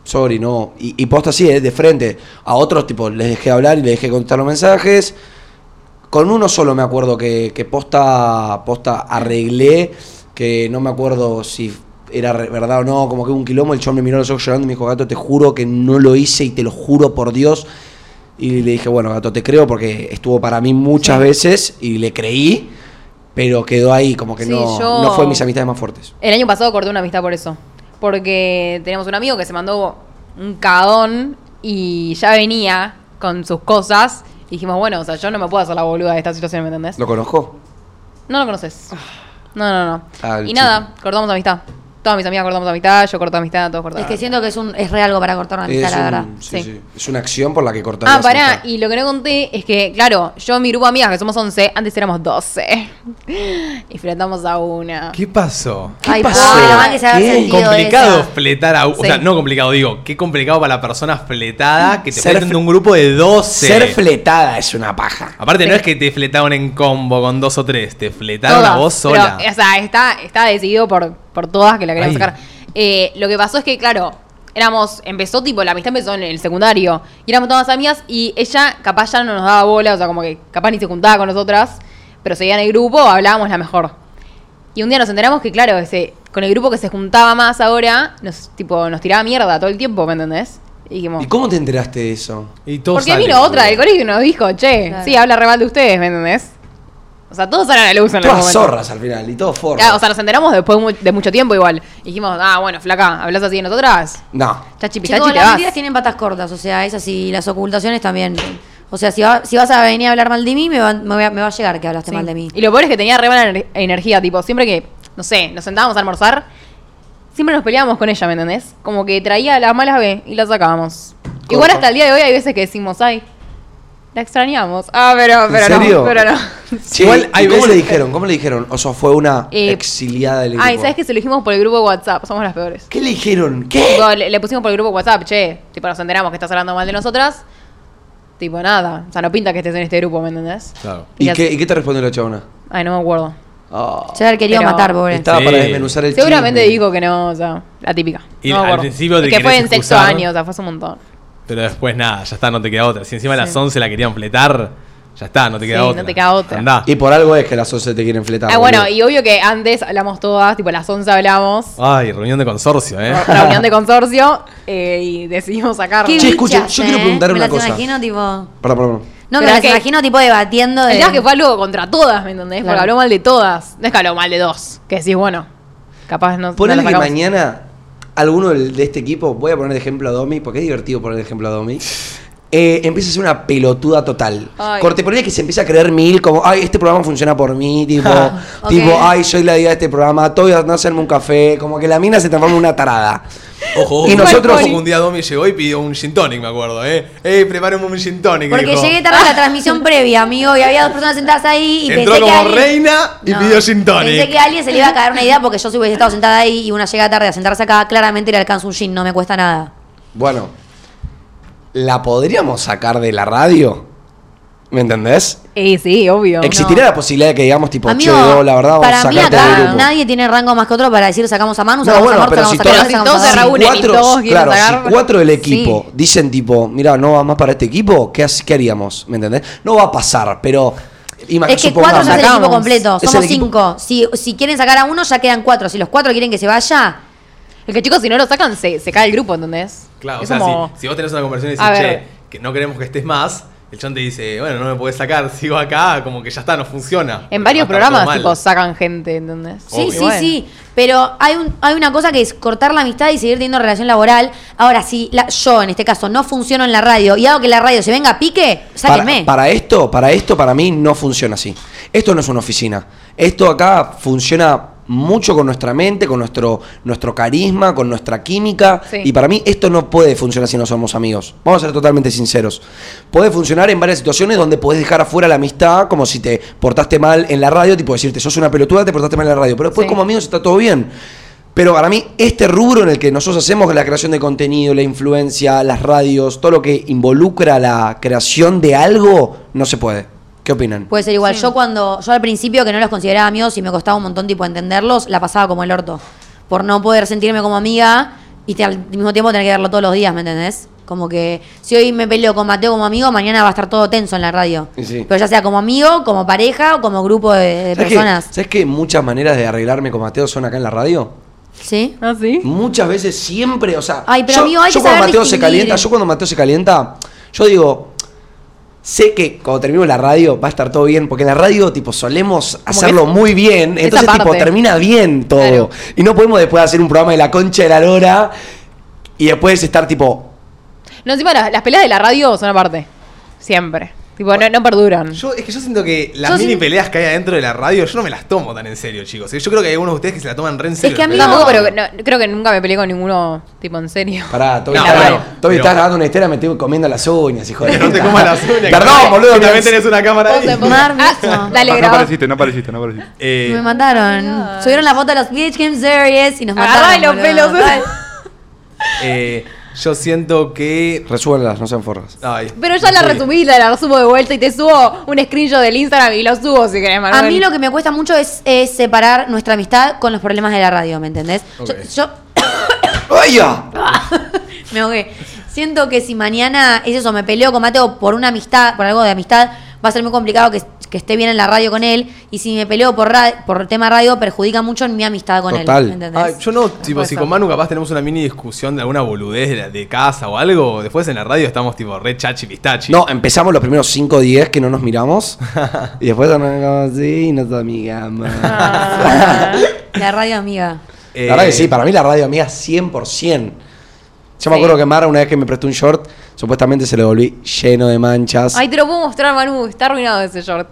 [SPEAKER 3] Sorry, no. Y, y posta así, eh, de frente. A otros, tipo, les dejé hablar y les dejé contar los mensajes. Con uno solo me acuerdo que, que posta, posta arreglé, que no me acuerdo si era re- verdad o no, como que hubo un quilombo, el chon me miró a los ojos llorando y me dijo, gato, te juro que no lo hice y te lo juro por Dios. Y le dije, bueno, gato, te creo porque estuvo para mí muchas veces y le creí, pero quedó ahí, como que
[SPEAKER 1] Sí,
[SPEAKER 3] no,
[SPEAKER 1] yo-
[SPEAKER 3] no fue mis amistades más fuertes.
[SPEAKER 1] El año pasado corté una amistad por eso. Porque teníamos un amigo que se mandó un cadón y ya venía con sus cosas. Y dijimos, bueno, o sea, yo no me puedo hacer la boluda de esta situación, ¿me entendés?
[SPEAKER 3] ¿Lo conozco?
[SPEAKER 1] No lo conoces. No, no, no.
[SPEAKER 3] Ah, el
[SPEAKER 1] y nada, cortamos amistad. Todas mis amigas cortamos amistad, yo corto amistad, todos cortamos.
[SPEAKER 4] Es que siento que es un es re algo para cortar una amistad,
[SPEAKER 3] Es
[SPEAKER 4] la
[SPEAKER 3] un-
[SPEAKER 4] verdad.
[SPEAKER 3] sí,
[SPEAKER 1] Sí.
[SPEAKER 3] sí. Es una acción por la que cortaron
[SPEAKER 1] Ah,
[SPEAKER 3] las
[SPEAKER 1] pará,
[SPEAKER 3] amistades.
[SPEAKER 1] y lo que no conté es que, claro, yo, mi grupo de amigas, que somos 11, antes éramos 12. Y fletamos a una.
[SPEAKER 2] ¿Qué pasó?
[SPEAKER 4] Ay,
[SPEAKER 3] pasó?
[SPEAKER 4] pobre, la más que se habrá
[SPEAKER 3] ¿Qué?
[SPEAKER 4] sentido
[SPEAKER 2] complicado
[SPEAKER 4] esa.
[SPEAKER 2] fletar a. O sea,
[SPEAKER 1] Sí.
[SPEAKER 2] no complicado, digo. Qué complicado para la persona fletada que te
[SPEAKER 3] Ser
[SPEAKER 2] fleten de
[SPEAKER 3] fle-
[SPEAKER 2] un grupo de 12.
[SPEAKER 3] Ser fletada es una paja.
[SPEAKER 2] Aparte, no
[SPEAKER 1] Sí.
[SPEAKER 2] es que te fletaron en combo con dos o tres, te fletaron a
[SPEAKER 1] Todas,
[SPEAKER 2] vos sola.
[SPEAKER 1] pero, o sea, está, está decidido por, por todas que la querían
[SPEAKER 2] Ay.
[SPEAKER 1] sacar. Eh, lo que pasó es que, claro, éramos, empezó tipo, la amistad empezó en el secundario. Y éramos todas amigas y ella capaz ya no nos daba bola, o sea, como que capaz ni se juntaba con nosotras, pero seguía en el grupo, hablábamos la mejor. Y un día nos enteramos que, claro, ese, con el grupo que se juntaba más ahora, nos, tipo, nos tiraba mierda todo el tiempo, ¿me entendés? Y dijimos,
[SPEAKER 3] ¿Y cómo te enteraste de eso?
[SPEAKER 2] y todos
[SPEAKER 1] porque
[SPEAKER 2] salen,
[SPEAKER 1] vino otra del
[SPEAKER 2] boludo.
[SPEAKER 1] colegio y nos dijo, che,
[SPEAKER 4] Claro.
[SPEAKER 1] sí, habla re mal de ustedes, ¿me entendés? O sea, todos salen a la luz en algún
[SPEAKER 3] Todas
[SPEAKER 1] momento.
[SPEAKER 3] zorras al final y todo forro.
[SPEAKER 1] Ya, o sea, nos enteramos después mu- de mucho tiempo igual. Y dijimos, ah, bueno, flaca, hablas así de nosotras.
[SPEAKER 3] no.
[SPEAKER 1] Chachi
[SPEAKER 4] Chicos,
[SPEAKER 1] pistachi, te
[SPEAKER 4] las
[SPEAKER 1] vas.
[SPEAKER 4] mentiras tienen patas cortas, o sea, esas y las ocultaciones también. O sea, si, va- si vas a venir a hablar mal de mí, me va, me voy a- me va a llegar que hablaste
[SPEAKER 1] Sí.
[SPEAKER 4] mal de mí.
[SPEAKER 1] Y lo peor es que tenía re mala ener- energía, tipo, siempre que, no sé, nos sentábamos a almorzar, siempre nos peleábamos con ella, ¿me entendés? Como que traía las malas B y las sacábamos. Igual hasta el día de hoy hay veces que decimos, ay, la extrañamos. Ah, pero,
[SPEAKER 3] ¿En
[SPEAKER 1] pero
[SPEAKER 3] serio?
[SPEAKER 1] no, pero no.
[SPEAKER 3] Che,
[SPEAKER 2] Igual hay
[SPEAKER 3] ¿y ¿Cómo le
[SPEAKER 2] veces-
[SPEAKER 3] dijeron? ¿Cómo le dijeron? O sea, fue una
[SPEAKER 1] Eh,
[SPEAKER 3] exiliada del grupo.
[SPEAKER 1] Ay, ¿sabes que se lo dijimos por el grupo de WhatsApp? Somos las peores.
[SPEAKER 3] ¿Qué le dijeron? ¿Qué?
[SPEAKER 1] Tipo, le, le pusimos por el grupo WhatsApp, che, tipo, nos enteramos que estás hablando mal de nosotras. Tipo, nada. O sea, no pinta que estés en este grupo, ¿me entendés?
[SPEAKER 2] Claro.
[SPEAKER 3] ¿Y,
[SPEAKER 1] las-
[SPEAKER 3] qué, y qué te respondió la chabona?
[SPEAKER 1] Ay, no me acuerdo.
[SPEAKER 3] Ah,
[SPEAKER 4] Se haber querido
[SPEAKER 1] Pero-
[SPEAKER 4] matar, pobre.
[SPEAKER 3] estaba
[SPEAKER 2] Sí.
[SPEAKER 3] para desmenuzar el
[SPEAKER 1] Seguramente
[SPEAKER 3] chisme.
[SPEAKER 1] dijo que no, o sea, la típica.
[SPEAKER 2] Y
[SPEAKER 1] no me
[SPEAKER 2] al
[SPEAKER 1] acuerdo.
[SPEAKER 2] principio te
[SPEAKER 1] Es que fue
[SPEAKER 2] querés
[SPEAKER 1] en sexto
[SPEAKER 2] excusar.
[SPEAKER 1] año, o sea, fue hace un montón.
[SPEAKER 2] Pero después nada, ya está, no te queda otra. Si encima a las
[SPEAKER 1] Sí.
[SPEAKER 2] 11 la querían fletar, ya está, no te queda
[SPEAKER 1] Sí, no
[SPEAKER 2] otra.
[SPEAKER 1] te queda otra.
[SPEAKER 2] Andá.
[SPEAKER 3] Y por algo es que las 11 te quieren fletar.
[SPEAKER 1] Ah, bueno,
[SPEAKER 3] boludo.
[SPEAKER 1] y obvio que antes hablamos todas, tipo, a las 11 hablamos,
[SPEAKER 2] Ay, reunión de consorcio, ¿eh?
[SPEAKER 1] reunión de consorcio, eh, y decidimos sacarlo.
[SPEAKER 4] Qué
[SPEAKER 3] Che, escuchen,
[SPEAKER 4] bichas,
[SPEAKER 3] yo quiero
[SPEAKER 4] ¿eh?
[SPEAKER 3] preguntar
[SPEAKER 4] Me
[SPEAKER 3] una
[SPEAKER 4] las
[SPEAKER 3] cosa.
[SPEAKER 4] imagino, tipo.
[SPEAKER 3] Perdón, perdón.
[SPEAKER 4] No, me
[SPEAKER 1] Pero
[SPEAKER 4] las
[SPEAKER 1] que-
[SPEAKER 4] imagino, tipo, debatiendo. De...
[SPEAKER 1] El tema es que fue algo contra todas, ¿me entendés?
[SPEAKER 4] Claro.
[SPEAKER 1] Porque habló mal de todas. No es que habló mal de dos, que decís, bueno, capaz no. no la
[SPEAKER 3] Ponele que
[SPEAKER 1] sacamos.
[SPEAKER 3] mañana alguno del- de este equipo, voy a poner de ejemplo a Domi, porque es divertido poner de ejemplo a Domi, eh, empieza a ser una pelotuda total.
[SPEAKER 1] Ay.
[SPEAKER 3] Corte, ponele que se empieza a creer mil, como, ay, este programa funciona por mí, tipo,
[SPEAKER 4] Ok.
[SPEAKER 3] tipo, ay, soy la idea de este programa, todo no hacerme un café, como que la mina se transforma en una tarada.
[SPEAKER 2] Ojo, ojo,
[SPEAKER 3] Y nosotros-
[SPEAKER 2] ojo que un día Domi llegó y pidió un gin tonic, me acuerdo, ¿eh? ¡Ey, prepárenme un gin tonic!
[SPEAKER 4] Porque
[SPEAKER 2] dijo.
[SPEAKER 4] llegué tarde a
[SPEAKER 3] "Ah".
[SPEAKER 4] la transmisión previa, amigo, y había dos personas sentadas ahí y
[SPEAKER 2] Entró
[SPEAKER 4] pensé que
[SPEAKER 2] como
[SPEAKER 4] alguien...
[SPEAKER 2] reina y
[SPEAKER 4] No,
[SPEAKER 2] pidió gin tonic.
[SPEAKER 4] Pensé que a alguien se le iba a caer una idea porque yo si hubiese estado sentada ahí y una llega tarde a sentarse acá, claramente le alcanzo un jean, no me cuesta nada.
[SPEAKER 3] Bueno, ¿la podríamos sacar de la radio? ¿Me entendés?
[SPEAKER 1] Eh, sí, obvio.
[SPEAKER 3] ¿Existiría la posibilidad de que digamos, tipo,
[SPEAKER 4] Amigo,
[SPEAKER 3] che, Do, la verdad, vamos a
[SPEAKER 4] para mí
[SPEAKER 3] sacarte
[SPEAKER 4] acá
[SPEAKER 3] del grupo?
[SPEAKER 4] nadie tiene rango más que otro para decir sacamos a Manu,
[SPEAKER 3] No,
[SPEAKER 4] sacamos
[SPEAKER 3] bueno,
[SPEAKER 4] a Marto,
[SPEAKER 3] pero
[SPEAKER 4] sacamos
[SPEAKER 3] si
[SPEAKER 4] a
[SPEAKER 3] todas-
[SPEAKER 4] Torres,
[SPEAKER 1] si
[SPEAKER 4] sacamos
[SPEAKER 1] todos
[SPEAKER 4] a
[SPEAKER 1] se
[SPEAKER 4] Manu.
[SPEAKER 1] reúnen y
[SPEAKER 3] cuatro,
[SPEAKER 1] todos quieren
[SPEAKER 3] claro,
[SPEAKER 1] sacar-
[SPEAKER 3] si cuatro del
[SPEAKER 1] Sí.
[SPEAKER 3] equipo dicen tipo, mira, no va más para este equipo, ¿qué, hace- qué haríamos? ¿Me entendés? No va a pasar, pero imagínate
[SPEAKER 4] Es que cuatro es el equipo
[SPEAKER 1] sacamos.
[SPEAKER 4] completo,
[SPEAKER 3] Es el
[SPEAKER 4] somos
[SPEAKER 3] equipo.
[SPEAKER 4] cinco. Si, si quieren sacar a uno, ya quedan cuatro. Si los cuatro quieren que se vaya,
[SPEAKER 1] Es que chicos, si no lo sacan, se, se cae el grupo, ¿entendés?
[SPEAKER 2] Claro,
[SPEAKER 1] Es
[SPEAKER 2] o sea,
[SPEAKER 1] como-
[SPEAKER 2] si, si vos tenés una conversación y
[SPEAKER 1] A
[SPEAKER 2] decís, che,
[SPEAKER 1] ver.
[SPEAKER 2] que no queremos que estés más, el chon te dice, bueno, no me podés sacar, sigo acá, como que ya está, no funciona.
[SPEAKER 1] En varios
[SPEAKER 2] Va a estar todo
[SPEAKER 1] programas,
[SPEAKER 2] mal.
[SPEAKER 1] tipo, sacan gente, ¿entendés?
[SPEAKER 4] Sí,
[SPEAKER 2] Obvio.
[SPEAKER 4] sí,
[SPEAKER 1] Bueno.
[SPEAKER 4] sí. Pero hay, un, hay una cosa que es cortar la amistad y seguir teniendo relación laboral. Ahora, si la- yo en este caso no funciono en la radio y hago que la radio se venga a pique, sáquenme.
[SPEAKER 3] Para, para esto, para esto, para mí no funciona así. Esto no es una oficina. Esto acá funciona mucho con nuestra mente, con nuestro, nuestro carisma, con nuestra química.
[SPEAKER 1] Sí.
[SPEAKER 3] Y para mí esto no puede funcionar si no somos amigos. Vamos a ser totalmente sinceros. Puede funcionar en varias situaciones donde podés dejar afuera la amistad, como si te portaste mal en la radio, tipo decirte, sos una pelotuda, te portaste mal en la radio. Pero después
[SPEAKER 1] Sí.
[SPEAKER 3] como amigos está todo bien. Pero para mí, este rubro en el que nosotros hacemos la creación de contenido, la influencia, las radios, todo lo que involucra la creación de algo, no se puede. ¿Qué opinan?
[SPEAKER 4] Puede ser igual. Yo cuando, yo al principio que no los consideraba amigos y me costaba un montón tipo entenderlos, la pasaba como el orto. Por no poder sentirme como amiga y te- al mismo tiempo tener que verlo todos los días, ¿me entendés? Como que si hoy me peleo con Mateo como amigo, mañana va a estar todo tenso en la radio.
[SPEAKER 3] Y sí.
[SPEAKER 4] Pero ya sea como amigo, como pareja o como grupo de, de
[SPEAKER 3] ¿Sabes
[SPEAKER 4] personas.
[SPEAKER 3] Que, ¿Sabes que muchas maneras de arreglarme con Mateo son acá en la radio?
[SPEAKER 4] ¿Sí?
[SPEAKER 1] ¿Ah, sí?
[SPEAKER 3] Muchas veces, siempre, o sea.
[SPEAKER 4] Ay, pero
[SPEAKER 3] yo,
[SPEAKER 4] amigo, hay
[SPEAKER 3] yo
[SPEAKER 4] que
[SPEAKER 3] cuando
[SPEAKER 4] saber
[SPEAKER 3] Mateo se
[SPEAKER 4] distinguir.
[SPEAKER 3] calienta, yo cuando Mateo se calienta, yo digo. Sé que cuando termino la radio va a estar todo bien, porque en la radio tipo solemos hacerlo muy bien,
[SPEAKER 1] esa
[SPEAKER 3] entonces tipo
[SPEAKER 1] parte.
[SPEAKER 3] termina bien todo.
[SPEAKER 1] Claro.
[SPEAKER 3] Y no podemos después hacer un programa de la concha de la lora y después estar tipo,
[SPEAKER 1] No, encima las, las peleas de la radio son aparte. Siempre. Tipo, no, no perduran.
[SPEAKER 2] Yo, es que yo siento que las
[SPEAKER 4] Yo
[SPEAKER 2] mini
[SPEAKER 4] sin-
[SPEAKER 2] peleas que hay adentro de la radio, yo no me las tomo tan en serio, chicos. Eh, Yo creo que hay algunos de ustedes que se la toman re en serio.
[SPEAKER 4] que a mí
[SPEAKER 2] las
[SPEAKER 1] Tampoco,
[SPEAKER 2] peleas.
[SPEAKER 1] pero no- creo que nunca me peleé con ninguno, tipo, en serio.
[SPEAKER 2] Ah,
[SPEAKER 3] pará, Toby,
[SPEAKER 2] No,
[SPEAKER 3] pará,
[SPEAKER 2] bueno,
[SPEAKER 3] Toby,
[SPEAKER 2] pero-
[SPEAKER 3] estás grabando una estera, me estoy comiendo las uñas, hijo de
[SPEAKER 2] Que no te
[SPEAKER 3] puta.
[SPEAKER 2] comas las uñas. que
[SPEAKER 3] Perdón,
[SPEAKER 2] también-
[SPEAKER 3] boludo,
[SPEAKER 2] que
[SPEAKER 3] me
[SPEAKER 2] también tenés una cámara ahí.
[SPEAKER 1] Posta, posta.
[SPEAKER 4] Mar
[SPEAKER 1] Ah,
[SPEAKER 4] mismo.
[SPEAKER 5] No,
[SPEAKER 1] dale,
[SPEAKER 5] no
[SPEAKER 1] graba.
[SPEAKER 5] apareciste, no apareciste, no apareciste.
[SPEAKER 2] Eh,
[SPEAKER 4] Me mataron. Subieron la foto de los VH Games Series y nos
[SPEAKER 1] Agarrá
[SPEAKER 4] mataron.
[SPEAKER 1] los
[SPEAKER 4] boludo.
[SPEAKER 1] pelos.
[SPEAKER 4] Dale.
[SPEAKER 2] eh, yo siento que...
[SPEAKER 3] Resúbanlas, no sean forras.
[SPEAKER 2] Ay,
[SPEAKER 1] Pero ya la
[SPEAKER 2] sí.
[SPEAKER 1] resumí, la, la subo de vuelta y te subo un screenshot del Instagram y lo subo si querés, Manuel.
[SPEAKER 4] A mí lo que me cuesta mucho es, es separar nuestra amistad con los problemas de la radio, ¿me entendés? Yo-
[SPEAKER 2] Ok.
[SPEAKER 4] Yo,
[SPEAKER 3] ¡Oiga!
[SPEAKER 4] me ahogué. Siento que si mañana es eso, me peleo con Mateo por una amistad, por algo de amistad, va a ser muy complicado que, que esté bien en la radio con él. Y si me peleo por, ra- por tema radio, perjudica mucho en mi amistad con
[SPEAKER 3] Total.
[SPEAKER 4] él. ¿me entendés?
[SPEAKER 2] Ay, yo no, tipo,
[SPEAKER 1] puede
[SPEAKER 2] si
[SPEAKER 1] ser.
[SPEAKER 2] con Manu capaz tenemos una mini discusión de alguna boludez de, la- de casa o algo, después en la radio estamos tipo re chachi pistachi.
[SPEAKER 3] No, empezamos los primeros 5 o 10 que no nos miramos. y después andamos así y no te amigamos.
[SPEAKER 1] Ah.
[SPEAKER 4] La radio amiga.
[SPEAKER 2] Eh,
[SPEAKER 3] la verdad que sí, para mí la radio amiga 100%. Yo me acuerdo que Mara, una vez que me prestó un short, supuestamente se lo devolví lleno de manchas.
[SPEAKER 1] Ay, te lo puedo mostrar, Manu. Está arruinado ese short.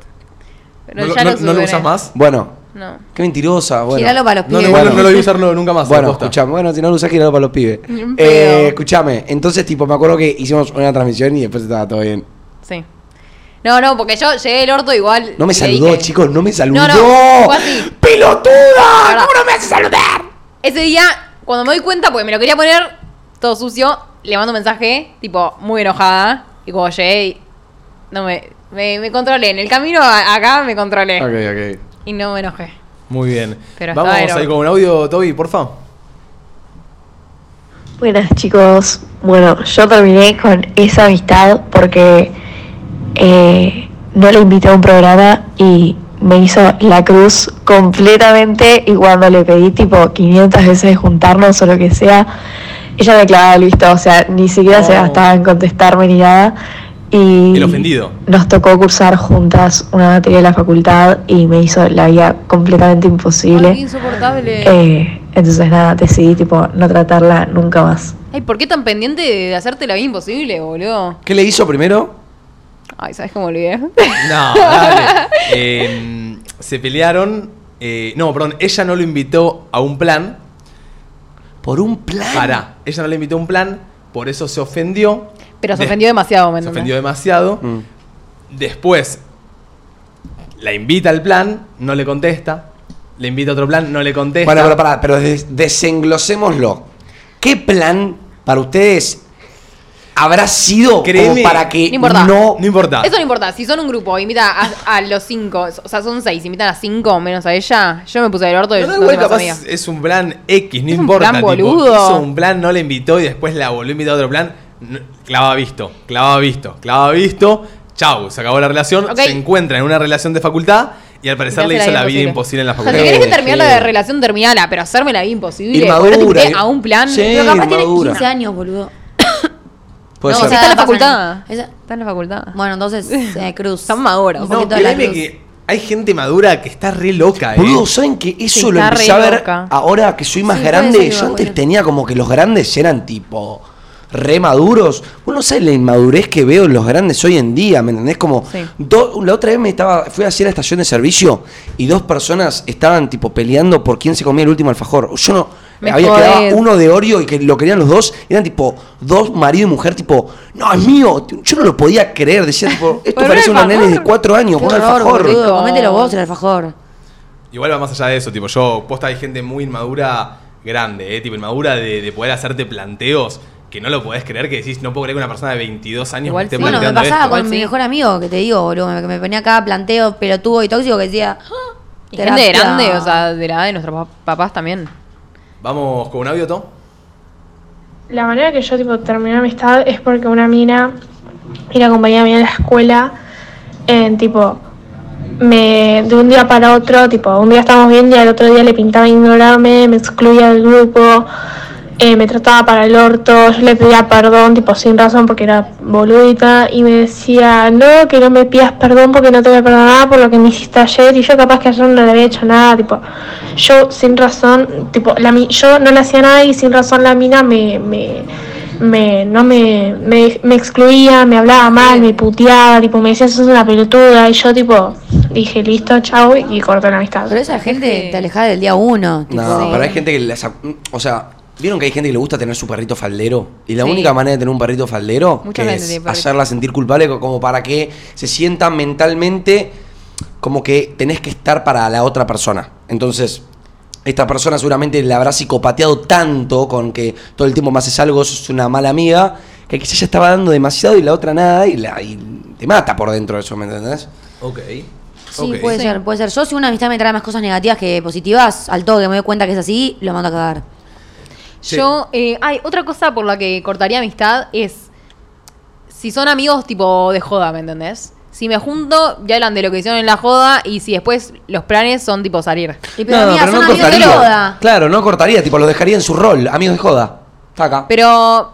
[SPEAKER 1] Pero
[SPEAKER 2] ¿No, lo-
[SPEAKER 1] ya
[SPEAKER 2] no-
[SPEAKER 1] lo
[SPEAKER 2] no lo
[SPEAKER 1] subiré.
[SPEAKER 2] usas más?
[SPEAKER 3] Bueno,
[SPEAKER 1] No.
[SPEAKER 3] qué mentirosa. Bueno.
[SPEAKER 4] Giralo para los
[SPEAKER 2] No,
[SPEAKER 4] pibes.
[SPEAKER 2] no, igual no lo voy a usar no- nunca más.
[SPEAKER 3] Bueno,
[SPEAKER 2] posta.
[SPEAKER 3] escuchame, bueno, si no lo usás, giralo para los pibes.
[SPEAKER 1] Ni en
[SPEAKER 3] Eh,
[SPEAKER 1] pedo.
[SPEAKER 3] escuchame, entonces, tipo, me acuerdo que hicimos una transmisión y después estaba todo bien.
[SPEAKER 1] Sí. No, no, porque yo llegué el orto igual.
[SPEAKER 3] No me
[SPEAKER 1] y le
[SPEAKER 3] saludó,
[SPEAKER 1] dije-
[SPEAKER 3] chicos, no me saludó.
[SPEAKER 1] fue así.
[SPEAKER 3] ¡Pelotuda!
[SPEAKER 1] verdad.
[SPEAKER 3] ¿Cómo no me haces saludar?
[SPEAKER 1] Ese día, cuando me doy cuenta, porque me lo quería poner todo sucio, le mando un mensaje, tipo, muy enojada. Y como llegué, y- no me, me, me controlé. En el camino a- acá me controlé.
[SPEAKER 3] Ok, ok.
[SPEAKER 1] Y no me enojé.
[SPEAKER 2] Muy bien.
[SPEAKER 1] Pero
[SPEAKER 2] Vamos
[SPEAKER 1] estaba
[SPEAKER 2] ahí
[SPEAKER 1] enorme.
[SPEAKER 2] con un audio, Toby, porfa.
[SPEAKER 6] Buenas chicos, bueno, yo terminé con esa amistad porque eh, no le invité a un programa y me hizo la cruz completamente y cuando le pedí tipo 500 veces juntarnos o lo que sea, ella me clavaba el visto, o sea, ni siquiera se
[SPEAKER 2] Oh.
[SPEAKER 6] gastaba en contestarme ni nada. Y
[SPEAKER 2] El ofendido.
[SPEAKER 6] nos tocó cursar juntas una materia de la facultad y me hizo la vida completamente imposible.
[SPEAKER 1] Ay, insoportable.
[SPEAKER 6] Eh, entonces nada, decidí tipo no tratarla nunca más.
[SPEAKER 1] Ay, ¿por qué tan pendiente de hacerte la vida imposible, boludo?
[SPEAKER 3] ¿Qué le hizo primero?
[SPEAKER 1] Ay, ¿sabes cómo olvidé?
[SPEAKER 2] No, dale. Eh, se pelearon. eh, no, perdón, ella no lo invitó a un plan.
[SPEAKER 3] Por un
[SPEAKER 1] Ah.
[SPEAKER 3] plan.
[SPEAKER 2] Pará, ella no le invitó a un plan, por eso se ofendió.
[SPEAKER 1] Pero se
[SPEAKER 2] Des-
[SPEAKER 1] ofendió demasiado, ¿me
[SPEAKER 2] Se
[SPEAKER 1] entendés?
[SPEAKER 2] ofendió demasiado.
[SPEAKER 3] Mm.
[SPEAKER 2] Después la invita al plan, no le contesta. Le invita a otro plan, no le contesta.
[SPEAKER 3] Bueno, pero pará, pero des- desenglosémoslo. ¿Qué plan para ustedes habrá sido
[SPEAKER 2] Créeme.
[SPEAKER 3] como para que
[SPEAKER 1] No importa.
[SPEAKER 3] no.
[SPEAKER 2] no importa.
[SPEAKER 1] Eso no importa, si son un grupo, invita a, a los cinco, o sea, son seis, invitan a cinco menos a ella, yo me puse del orto y
[SPEAKER 2] No,
[SPEAKER 1] no,
[SPEAKER 2] no,
[SPEAKER 1] soy
[SPEAKER 2] igual
[SPEAKER 1] más
[SPEAKER 2] capaz
[SPEAKER 1] amiga.
[SPEAKER 2] es un plan X, no
[SPEAKER 1] Es un
[SPEAKER 2] importa.
[SPEAKER 1] plan
[SPEAKER 2] tipo,
[SPEAKER 1] boludo.
[SPEAKER 2] hizo un plan, no le invitó y después la volvió a invitar a otro plan. n- Clavaba visto, clavaba visto, clavaba visto. Chau, se acabó la relación.
[SPEAKER 1] Ok.
[SPEAKER 2] Se encuentra en una relación de facultad Y al parecer
[SPEAKER 1] Te
[SPEAKER 2] le
[SPEAKER 1] hace
[SPEAKER 2] hizo la vida
[SPEAKER 1] imposible.
[SPEAKER 2] imposible en la
[SPEAKER 1] O sea,
[SPEAKER 2] facultad.
[SPEAKER 1] si querés que terminar
[SPEAKER 3] Sí.
[SPEAKER 1] la relación, terminala, pero hacerme la vida imposible.
[SPEAKER 3] Inmadura,
[SPEAKER 1] ponerte
[SPEAKER 3] y-
[SPEAKER 1] a un plan.
[SPEAKER 3] Sí,
[SPEAKER 1] No,
[SPEAKER 4] Pero capaz tiene
[SPEAKER 3] inmadura.
[SPEAKER 4] 15 años, boludo.
[SPEAKER 3] Puede
[SPEAKER 1] o
[SPEAKER 3] ser.
[SPEAKER 1] sea, está en la
[SPEAKER 4] pasa
[SPEAKER 1] facultad.
[SPEAKER 4] nada. Esa-
[SPEAKER 1] Está en la facultad.
[SPEAKER 4] Bueno, entonces, eh, Cruz.
[SPEAKER 1] Están Ah. maduros.
[SPEAKER 4] Un
[SPEAKER 2] No,
[SPEAKER 4] poquito de la
[SPEAKER 2] créeme
[SPEAKER 4] cruz.
[SPEAKER 2] que hay gente madura que está re loca, eh.
[SPEAKER 3] Boludo, ¿saben que eso
[SPEAKER 1] Sí,
[SPEAKER 3] lo
[SPEAKER 1] está
[SPEAKER 3] empecé a
[SPEAKER 1] re
[SPEAKER 3] ver
[SPEAKER 1] loca.
[SPEAKER 3] ahora que soy más
[SPEAKER 4] Sí, puede ser
[SPEAKER 3] grande?
[SPEAKER 4] que
[SPEAKER 3] Yo
[SPEAKER 4] va,
[SPEAKER 3] antes
[SPEAKER 4] boludo.
[SPEAKER 3] tenía como que los grandes eran tipo re maduros. Vos no sabés la inmadurez que veo en los grandes hoy en día, ¿me entendés? Como
[SPEAKER 1] Sí.
[SPEAKER 3] do- la otra vez me estaba, fui hacia la estación de servicio y dos personas estaban tipo peleando por quién se comía el último alfajor. Yo no.
[SPEAKER 1] Me
[SPEAKER 3] había
[SPEAKER 1] jodés.
[SPEAKER 3] quedado uno de Oreo y que lo querían los dos. Eran tipo dos marido y mujer, tipo, no, es mío. Yo no lo podía creer. Decía, tipo, esto
[SPEAKER 1] Por un
[SPEAKER 3] parece unos nenes de
[SPEAKER 1] alfajor.
[SPEAKER 3] cuatro años,
[SPEAKER 4] Qué
[SPEAKER 3] por un
[SPEAKER 4] horror,
[SPEAKER 3] alfajor.
[SPEAKER 4] boludo. Comételo vos, el alfajor.
[SPEAKER 2] Igual va más allá de eso, tipo, yo, posta, hay gente muy inmadura grande, ¿eh? Tipo, inmadura de, de poder hacerte planteos que no lo podés creer, que decís, no puedo creer que una persona de 22 años
[SPEAKER 1] Igual
[SPEAKER 2] me esté
[SPEAKER 1] sí.
[SPEAKER 4] Bueno, me
[SPEAKER 2] planteando
[SPEAKER 4] pasaba
[SPEAKER 2] esto. ¿eh?
[SPEAKER 4] con
[SPEAKER 1] Igual
[SPEAKER 4] mi
[SPEAKER 1] sí.
[SPEAKER 4] mejor amigo, que te digo, boludo, me, que me ponía acá planteo pelotudo y tóxico que decía. "Ah,
[SPEAKER 1] Y gente
[SPEAKER 4] terapia".
[SPEAKER 1] grande, o sea, de la edad de nuestros pap- papás también.
[SPEAKER 2] Vamos con un audio, Tom.
[SPEAKER 6] La manera que yo tipo terminé amistad es porque una mina era compañera mía en la escuela, en tipo, me, de un día para otro, tipo, un día estábamos bien y al otro día le pintaba ignorarme, me excluía del grupo, eh, me trataba para el orto, yo le pedía perdón, tipo, sin razón porque era boludita y me decía, no, que no me pidas perdón porque no te voy a perdonar por lo que me hiciste ayer y yo capaz que ayer no le había hecho nada, tipo, yo sin razón, tipo, la, mi- yo no le hacía nada y sin razón la mina me... me me, no me, me, me excluía, me hablaba mal, me puteaba, tipo, me decía, sos una pelotuda, y yo tipo, dije, listo, chao, y corté la amistad.
[SPEAKER 4] Pero esa gente
[SPEAKER 1] que-
[SPEAKER 4] te alejás del día uno. tipo,
[SPEAKER 3] No, pero hay gente que les ac- O sea, ¿vieron que hay gente que le gusta tener su perrito faldero? Y la
[SPEAKER 1] Sí.
[SPEAKER 3] única manera de tener un perrito faldero
[SPEAKER 1] Mucha
[SPEAKER 3] que
[SPEAKER 1] gente
[SPEAKER 3] es
[SPEAKER 1] tiene perrito.
[SPEAKER 3] hacerla sentir culpable co- como para que se sienta mentalmente como que tenés que estar para la otra persona. Entonces, esta persona seguramente la habrá psicopateado tanto con que todo el tiempo me haces algo, sos una mala amiga, que quizás ya estaba dando demasiado y la otra nada y, la, y te mata por dentro eso, ¿me entendés?
[SPEAKER 2] Ok.
[SPEAKER 4] Sí, puede ser, puede ser. Yo si una amistad me trae más cosas negativas que positivas, al todo que me doy cuenta que es así, lo mando a cagar.
[SPEAKER 2] Sí.
[SPEAKER 1] Yo, eh, ay, otra cosa por la que cortaría amistad es si son amigos tipo de joda, ¿me entendés? Si me junto, ya hablan de lo que hicieron en la joda y si después los planes son tipo salir.
[SPEAKER 4] Y pero amiga, son amigos de joda.
[SPEAKER 3] Claro, no cortaría, tipo, lo dejaría en su rol, amigos de joda. Está acá.
[SPEAKER 1] Pero,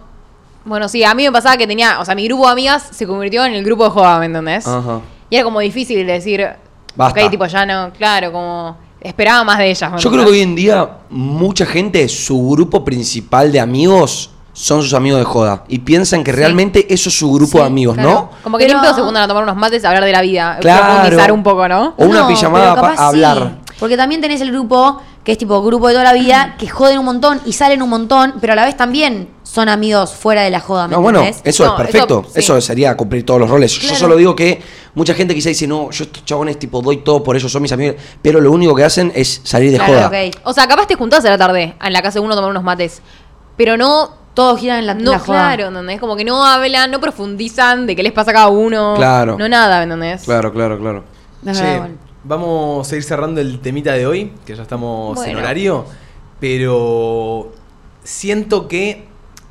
[SPEAKER 1] bueno, sí, a mí me pasaba que tenía, o sea, mi grupo de amigas se convirtió en el grupo de joda, ¿me entendés?
[SPEAKER 3] Ajá.
[SPEAKER 1] Y era como difícil decir,
[SPEAKER 3] Basta.
[SPEAKER 1] ok, tipo, ya no, claro, como esperaba más de ellas. ¿me
[SPEAKER 3] Yo creo que
[SPEAKER 1] entendés?
[SPEAKER 3] hoy en día mucha gente, su grupo principal de amigos son sus amigos de joda. Y piensan que realmente eso es su grupo de amigos,
[SPEAKER 1] Claro,
[SPEAKER 3] ¿no?
[SPEAKER 1] Como que
[SPEAKER 4] Pero-
[SPEAKER 1] ni en pedo se juntan a tomar unos mates a hablar de la vida,
[SPEAKER 3] Claro.
[SPEAKER 1] profundizar un poco, ¿no?
[SPEAKER 3] O una pijamada
[SPEAKER 4] pero capaz
[SPEAKER 3] pa- a
[SPEAKER 4] sí,
[SPEAKER 3] hablar.
[SPEAKER 4] porque también tenés el grupo, que es tipo grupo de toda la vida, que joden un montón y salen un montón, pero a la vez también son amigos fuera de la joda, ¿me
[SPEAKER 3] No, bueno,
[SPEAKER 4] entendés?
[SPEAKER 3] eso
[SPEAKER 1] No,
[SPEAKER 3] es
[SPEAKER 1] eso-
[SPEAKER 3] perfecto. Eso,
[SPEAKER 1] sí.
[SPEAKER 3] sería cumplir todos los roles. Yo
[SPEAKER 4] Claro.
[SPEAKER 3] solo digo que mucha gente quizá dice, no, yo estos chabones tipo doy todo por ellos, son mis amigos. Pero lo único que hacen es salir de
[SPEAKER 4] Claro,
[SPEAKER 3] joda.
[SPEAKER 4] ok.
[SPEAKER 1] O sea, capaz te juntás a la tarde en la casa de uno a tomar unos mates, pero no...
[SPEAKER 4] Todos giran en la,
[SPEAKER 1] No,
[SPEAKER 4] la joda.
[SPEAKER 1] claro, ¿entendés? Como que no hablan, no profundizan de qué les pasa a cada uno.
[SPEAKER 3] Claro.
[SPEAKER 1] No nada, ¿entendés?
[SPEAKER 3] Claro, claro, claro.
[SPEAKER 4] No es
[SPEAKER 2] Che,
[SPEAKER 4] verdad, bueno.
[SPEAKER 2] vamos a ir cerrando el temita de hoy, que ya estamos en
[SPEAKER 1] Bueno.
[SPEAKER 2] horario, pero siento que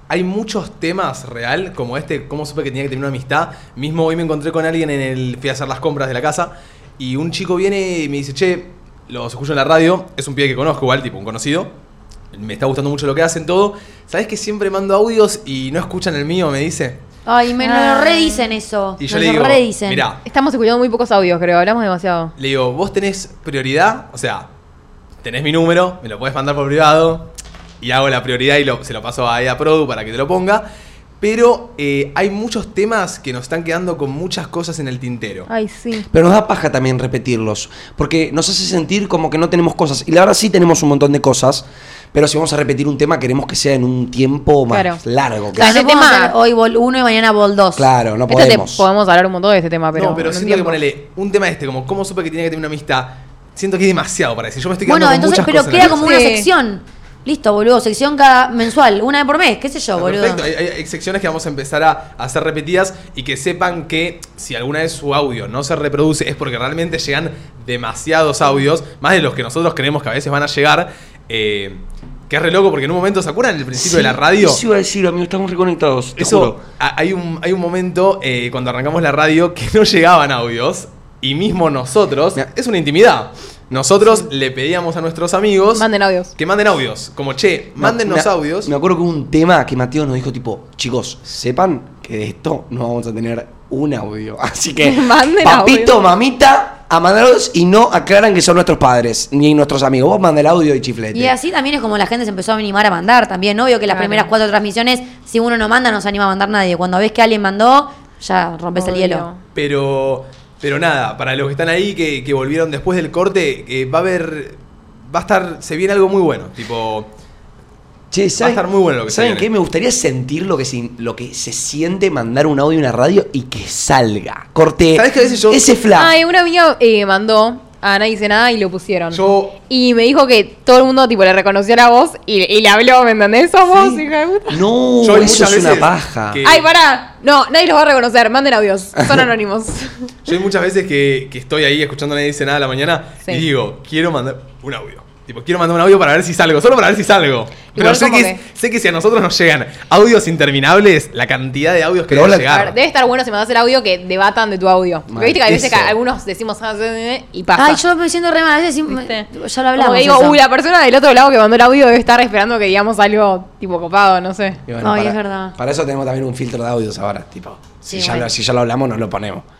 [SPEAKER 2] hay muchos temas real, como este, cómo supe que tenía que tener una amistad. Mismo hoy me encontré con alguien en el, fui a hacer las compras de la casa, y un chico viene y me dice, che, los escucho en la radio, es un pibe que conozco igual, tipo un conocido. Me está gustando mucho lo que hacen todo. ¿Sabes que siempre mando audios y no escuchan el mío? Me dice.
[SPEAKER 4] Ay, me
[SPEAKER 1] Ah.
[SPEAKER 4] lo redicen eso.
[SPEAKER 2] Y yo
[SPEAKER 4] Nos
[SPEAKER 2] le
[SPEAKER 4] lo
[SPEAKER 2] digo,
[SPEAKER 4] redicen.
[SPEAKER 2] mirá,
[SPEAKER 1] Estamos escuchando muy pocos audios, creo. Hablamos demasiado.
[SPEAKER 2] Le digo, vos tenés prioridad, o sea, tenés mi número, me lo podés mandar por privado y hago la prioridad y lo- se lo paso a Eda Produ para que te lo ponga. Pero eh, hay muchos temas que nos están quedando con muchas cosas en el tintero.
[SPEAKER 4] Ah,
[SPEAKER 1] Ay, sí.
[SPEAKER 3] Pero nos da paja también repetirlos, porque nos hace sentir como que no tenemos cosas. Y la verdad sí tenemos un montón de cosas, pero si vamos a repetir un tema queremos que sea en un tiempo más
[SPEAKER 1] Claro.
[SPEAKER 3] largo.
[SPEAKER 4] O sea,
[SPEAKER 1] Ese
[SPEAKER 4] no podemos
[SPEAKER 1] tema-
[SPEAKER 4] hacer hoy vol 1 y mañana vol 2.
[SPEAKER 3] Claro, no
[SPEAKER 1] Este te-
[SPEAKER 3] podemos.
[SPEAKER 1] podemos hablar un montón de este tema, pero.
[SPEAKER 2] no, pero
[SPEAKER 1] en un
[SPEAKER 2] siento que
[SPEAKER 1] tiempo.
[SPEAKER 2] ponele un tema este, como cómo supe que tenía que tener una amistad, siento que es demasiado para decir. Yo me estoy quedando
[SPEAKER 4] Bueno,
[SPEAKER 2] con
[SPEAKER 4] entonces,
[SPEAKER 2] muchas
[SPEAKER 4] pero
[SPEAKER 2] cosas en
[SPEAKER 4] queda
[SPEAKER 2] la
[SPEAKER 4] como
[SPEAKER 1] cabeza.
[SPEAKER 4] una
[SPEAKER 1] Sí.
[SPEAKER 4] sección. Listo, boludo, sección cada mensual, una vez por mes, qué sé yo,
[SPEAKER 2] Está
[SPEAKER 4] boludo.
[SPEAKER 2] Perfecto, hay, hay- hay secciones que vamos a empezar a hacer repetidas y que sepan que si alguna vez su audio no se reproduce es porque realmente llegan demasiados audios, más de los que nosotros creemos que a veces van a llegar. eh, que es re loco porque en un momento, ¿se acuerdan el principio de la radio?
[SPEAKER 3] Eso iba a decir, amigo, estamos reconectados, te
[SPEAKER 2] Eso,
[SPEAKER 3] juro.
[SPEAKER 2] a- hay un, hay un momento eh, cuando arrancamos la radio que no llegaban audios y mismo nosotros,
[SPEAKER 3] Mira.
[SPEAKER 2] es una intimidad. Nosotros le pedíamos a nuestros amigos
[SPEAKER 1] Manden audios.
[SPEAKER 2] que manden audios. Como, che,
[SPEAKER 3] Me-
[SPEAKER 2] mándennos
[SPEAKER 3] me-
[SPEAKER 2] audios.
[SPEAKER 3] Me acuerdo que hubo un tema que Mateo nos dijo tipo, chicos, sepan que de esto no vamos a tener un audio. Así que,
[SPEAKER 1] Manden
[SPEAKER 3] papito,
[SPEAKER 1] audio.
[SPEAKER 3] mamita, a mandar audios y no aclaran que son nuestros padres, ni nuestros amigos. Vos manda el audio y chiflete.
[SPEAKER 4] Y así también es como la gente se empezó a animar a mandar también. Obvio que las
[SPEAKER 1] Claro.
[SPEAKER 4] primeras cuatro transmisiones, si uno no manda, no se anima a mandar nadie. Cuando ves que alguien mandó, ya rompes el
[SPEAKER 1] Obvio.
[SPEAKER 4] hielo.
[SPEAKER 2] Pero, pero nada, para los que están ahí, que, que volvieron después del corte, eh, va a haber. Va a estar. Se viene algo muy bueno. Tipo.
[SPEAKER 3] Che, ¿saben-
[SPEAKER 2] estar muy bueno lo que se
[SPEAKER 3] ¿Saben
[SPEAKER 2] viene.
[SPEAKER 3] qué? Me gustaría sentir lo que, se, lo que se siente mandar un audio y una radio y que salga. Corté.
[SPEAKER 2] ¿Sabés que a veces yo-
[SPEAKER 3] Ese flash.
[SPEAKER 1] Ay, una amiga eh, mandó a Nadie Dice Nada y lo pusieron.
[SPEAKER 2] Yo.
[SPEAKER 1] Y me dijo que todo el mundo tipo le reconoció la voz y, y le habló, ¿me entendés? Sos vos,
[SPEAKER 3] Sí.
[SPEAKER 1] hija de puta.
[SPEAKER 3] No,
[SPEAKER 2] Yo hay
[SPEAKER 3] eso
[SPEAKER 2] muchas
[SPEAKER 3] es una
[SPEAKER 2] veces
[SPEAKER 3] paja.
[SPEAKER 2] que-
[SPEAKER 1] Ay, pará. No, nadie los va a reconocer. Manden audios. Son anónimos.
[SPEAKER 2] Yo hay muchas veces que, que estoy ahí escuchando a nadie dice nada a la mañana
[SPEAKER 1] Sí.
[SPEAKER 2] y digo, quiero mandar un audio. Tipo, quiero mandar un audio para ver si salgo, solo para ver si salgo. Pero
[SPEAKER 1] Igual
[SPEAKER 2] sé
[SPEAKER 1] como
[SPEAKER 2] que,
[SPEAKER 1] que-
[SPEAKER 2] sé que si a nosotros nos llegan audios interminables, la cantidad de audios que
[SPEAKER 3] Pero
[SPEAKER 2] deben
[SPEAKER 3] hola-
[SPEAKER 1] A
[SPEAKER 2] llegar.
[SPEAKER 1] ver, debe estar bueno si mandas el audio que debatan de tu audio. Porque
[SPEAKER 3] Mal.
[SPEAKER 1] viste que a veces que
[SPEAKER 3] Eso.
[SPEAKER 1] algunos decimos ah, eh, eh, y pasa.
[SPEAKER 4] Ay, yo me siento re mal. a veces sí me-
[SPEAKER 1] ¿Viste?
[SPEAKER 4] ya lo hablamos.
[SPEAKER 1] Como que digo,
[SPEAKER 4] eso.
[SPEAKER 1] uy, la persona del otro lado que mandó el audio debe estar esperando que digamos algo tipo copado, no sé.
[SPEAKER 3] Y
[SPEAKER 4] Ay,
[SPEAKER 3] para,
[SPEAKER 4] es verdad.
[SPEAKER 3] Para eso tenemos también un filtro de audios ahora, tipo.
[SPEAKER 4] Sí,
[SPEAKER 3] si, ya
[SPEAKER 4] bueno.
[SPEAKER 3] lo, si ya lo hablamos, nos lo ponemos.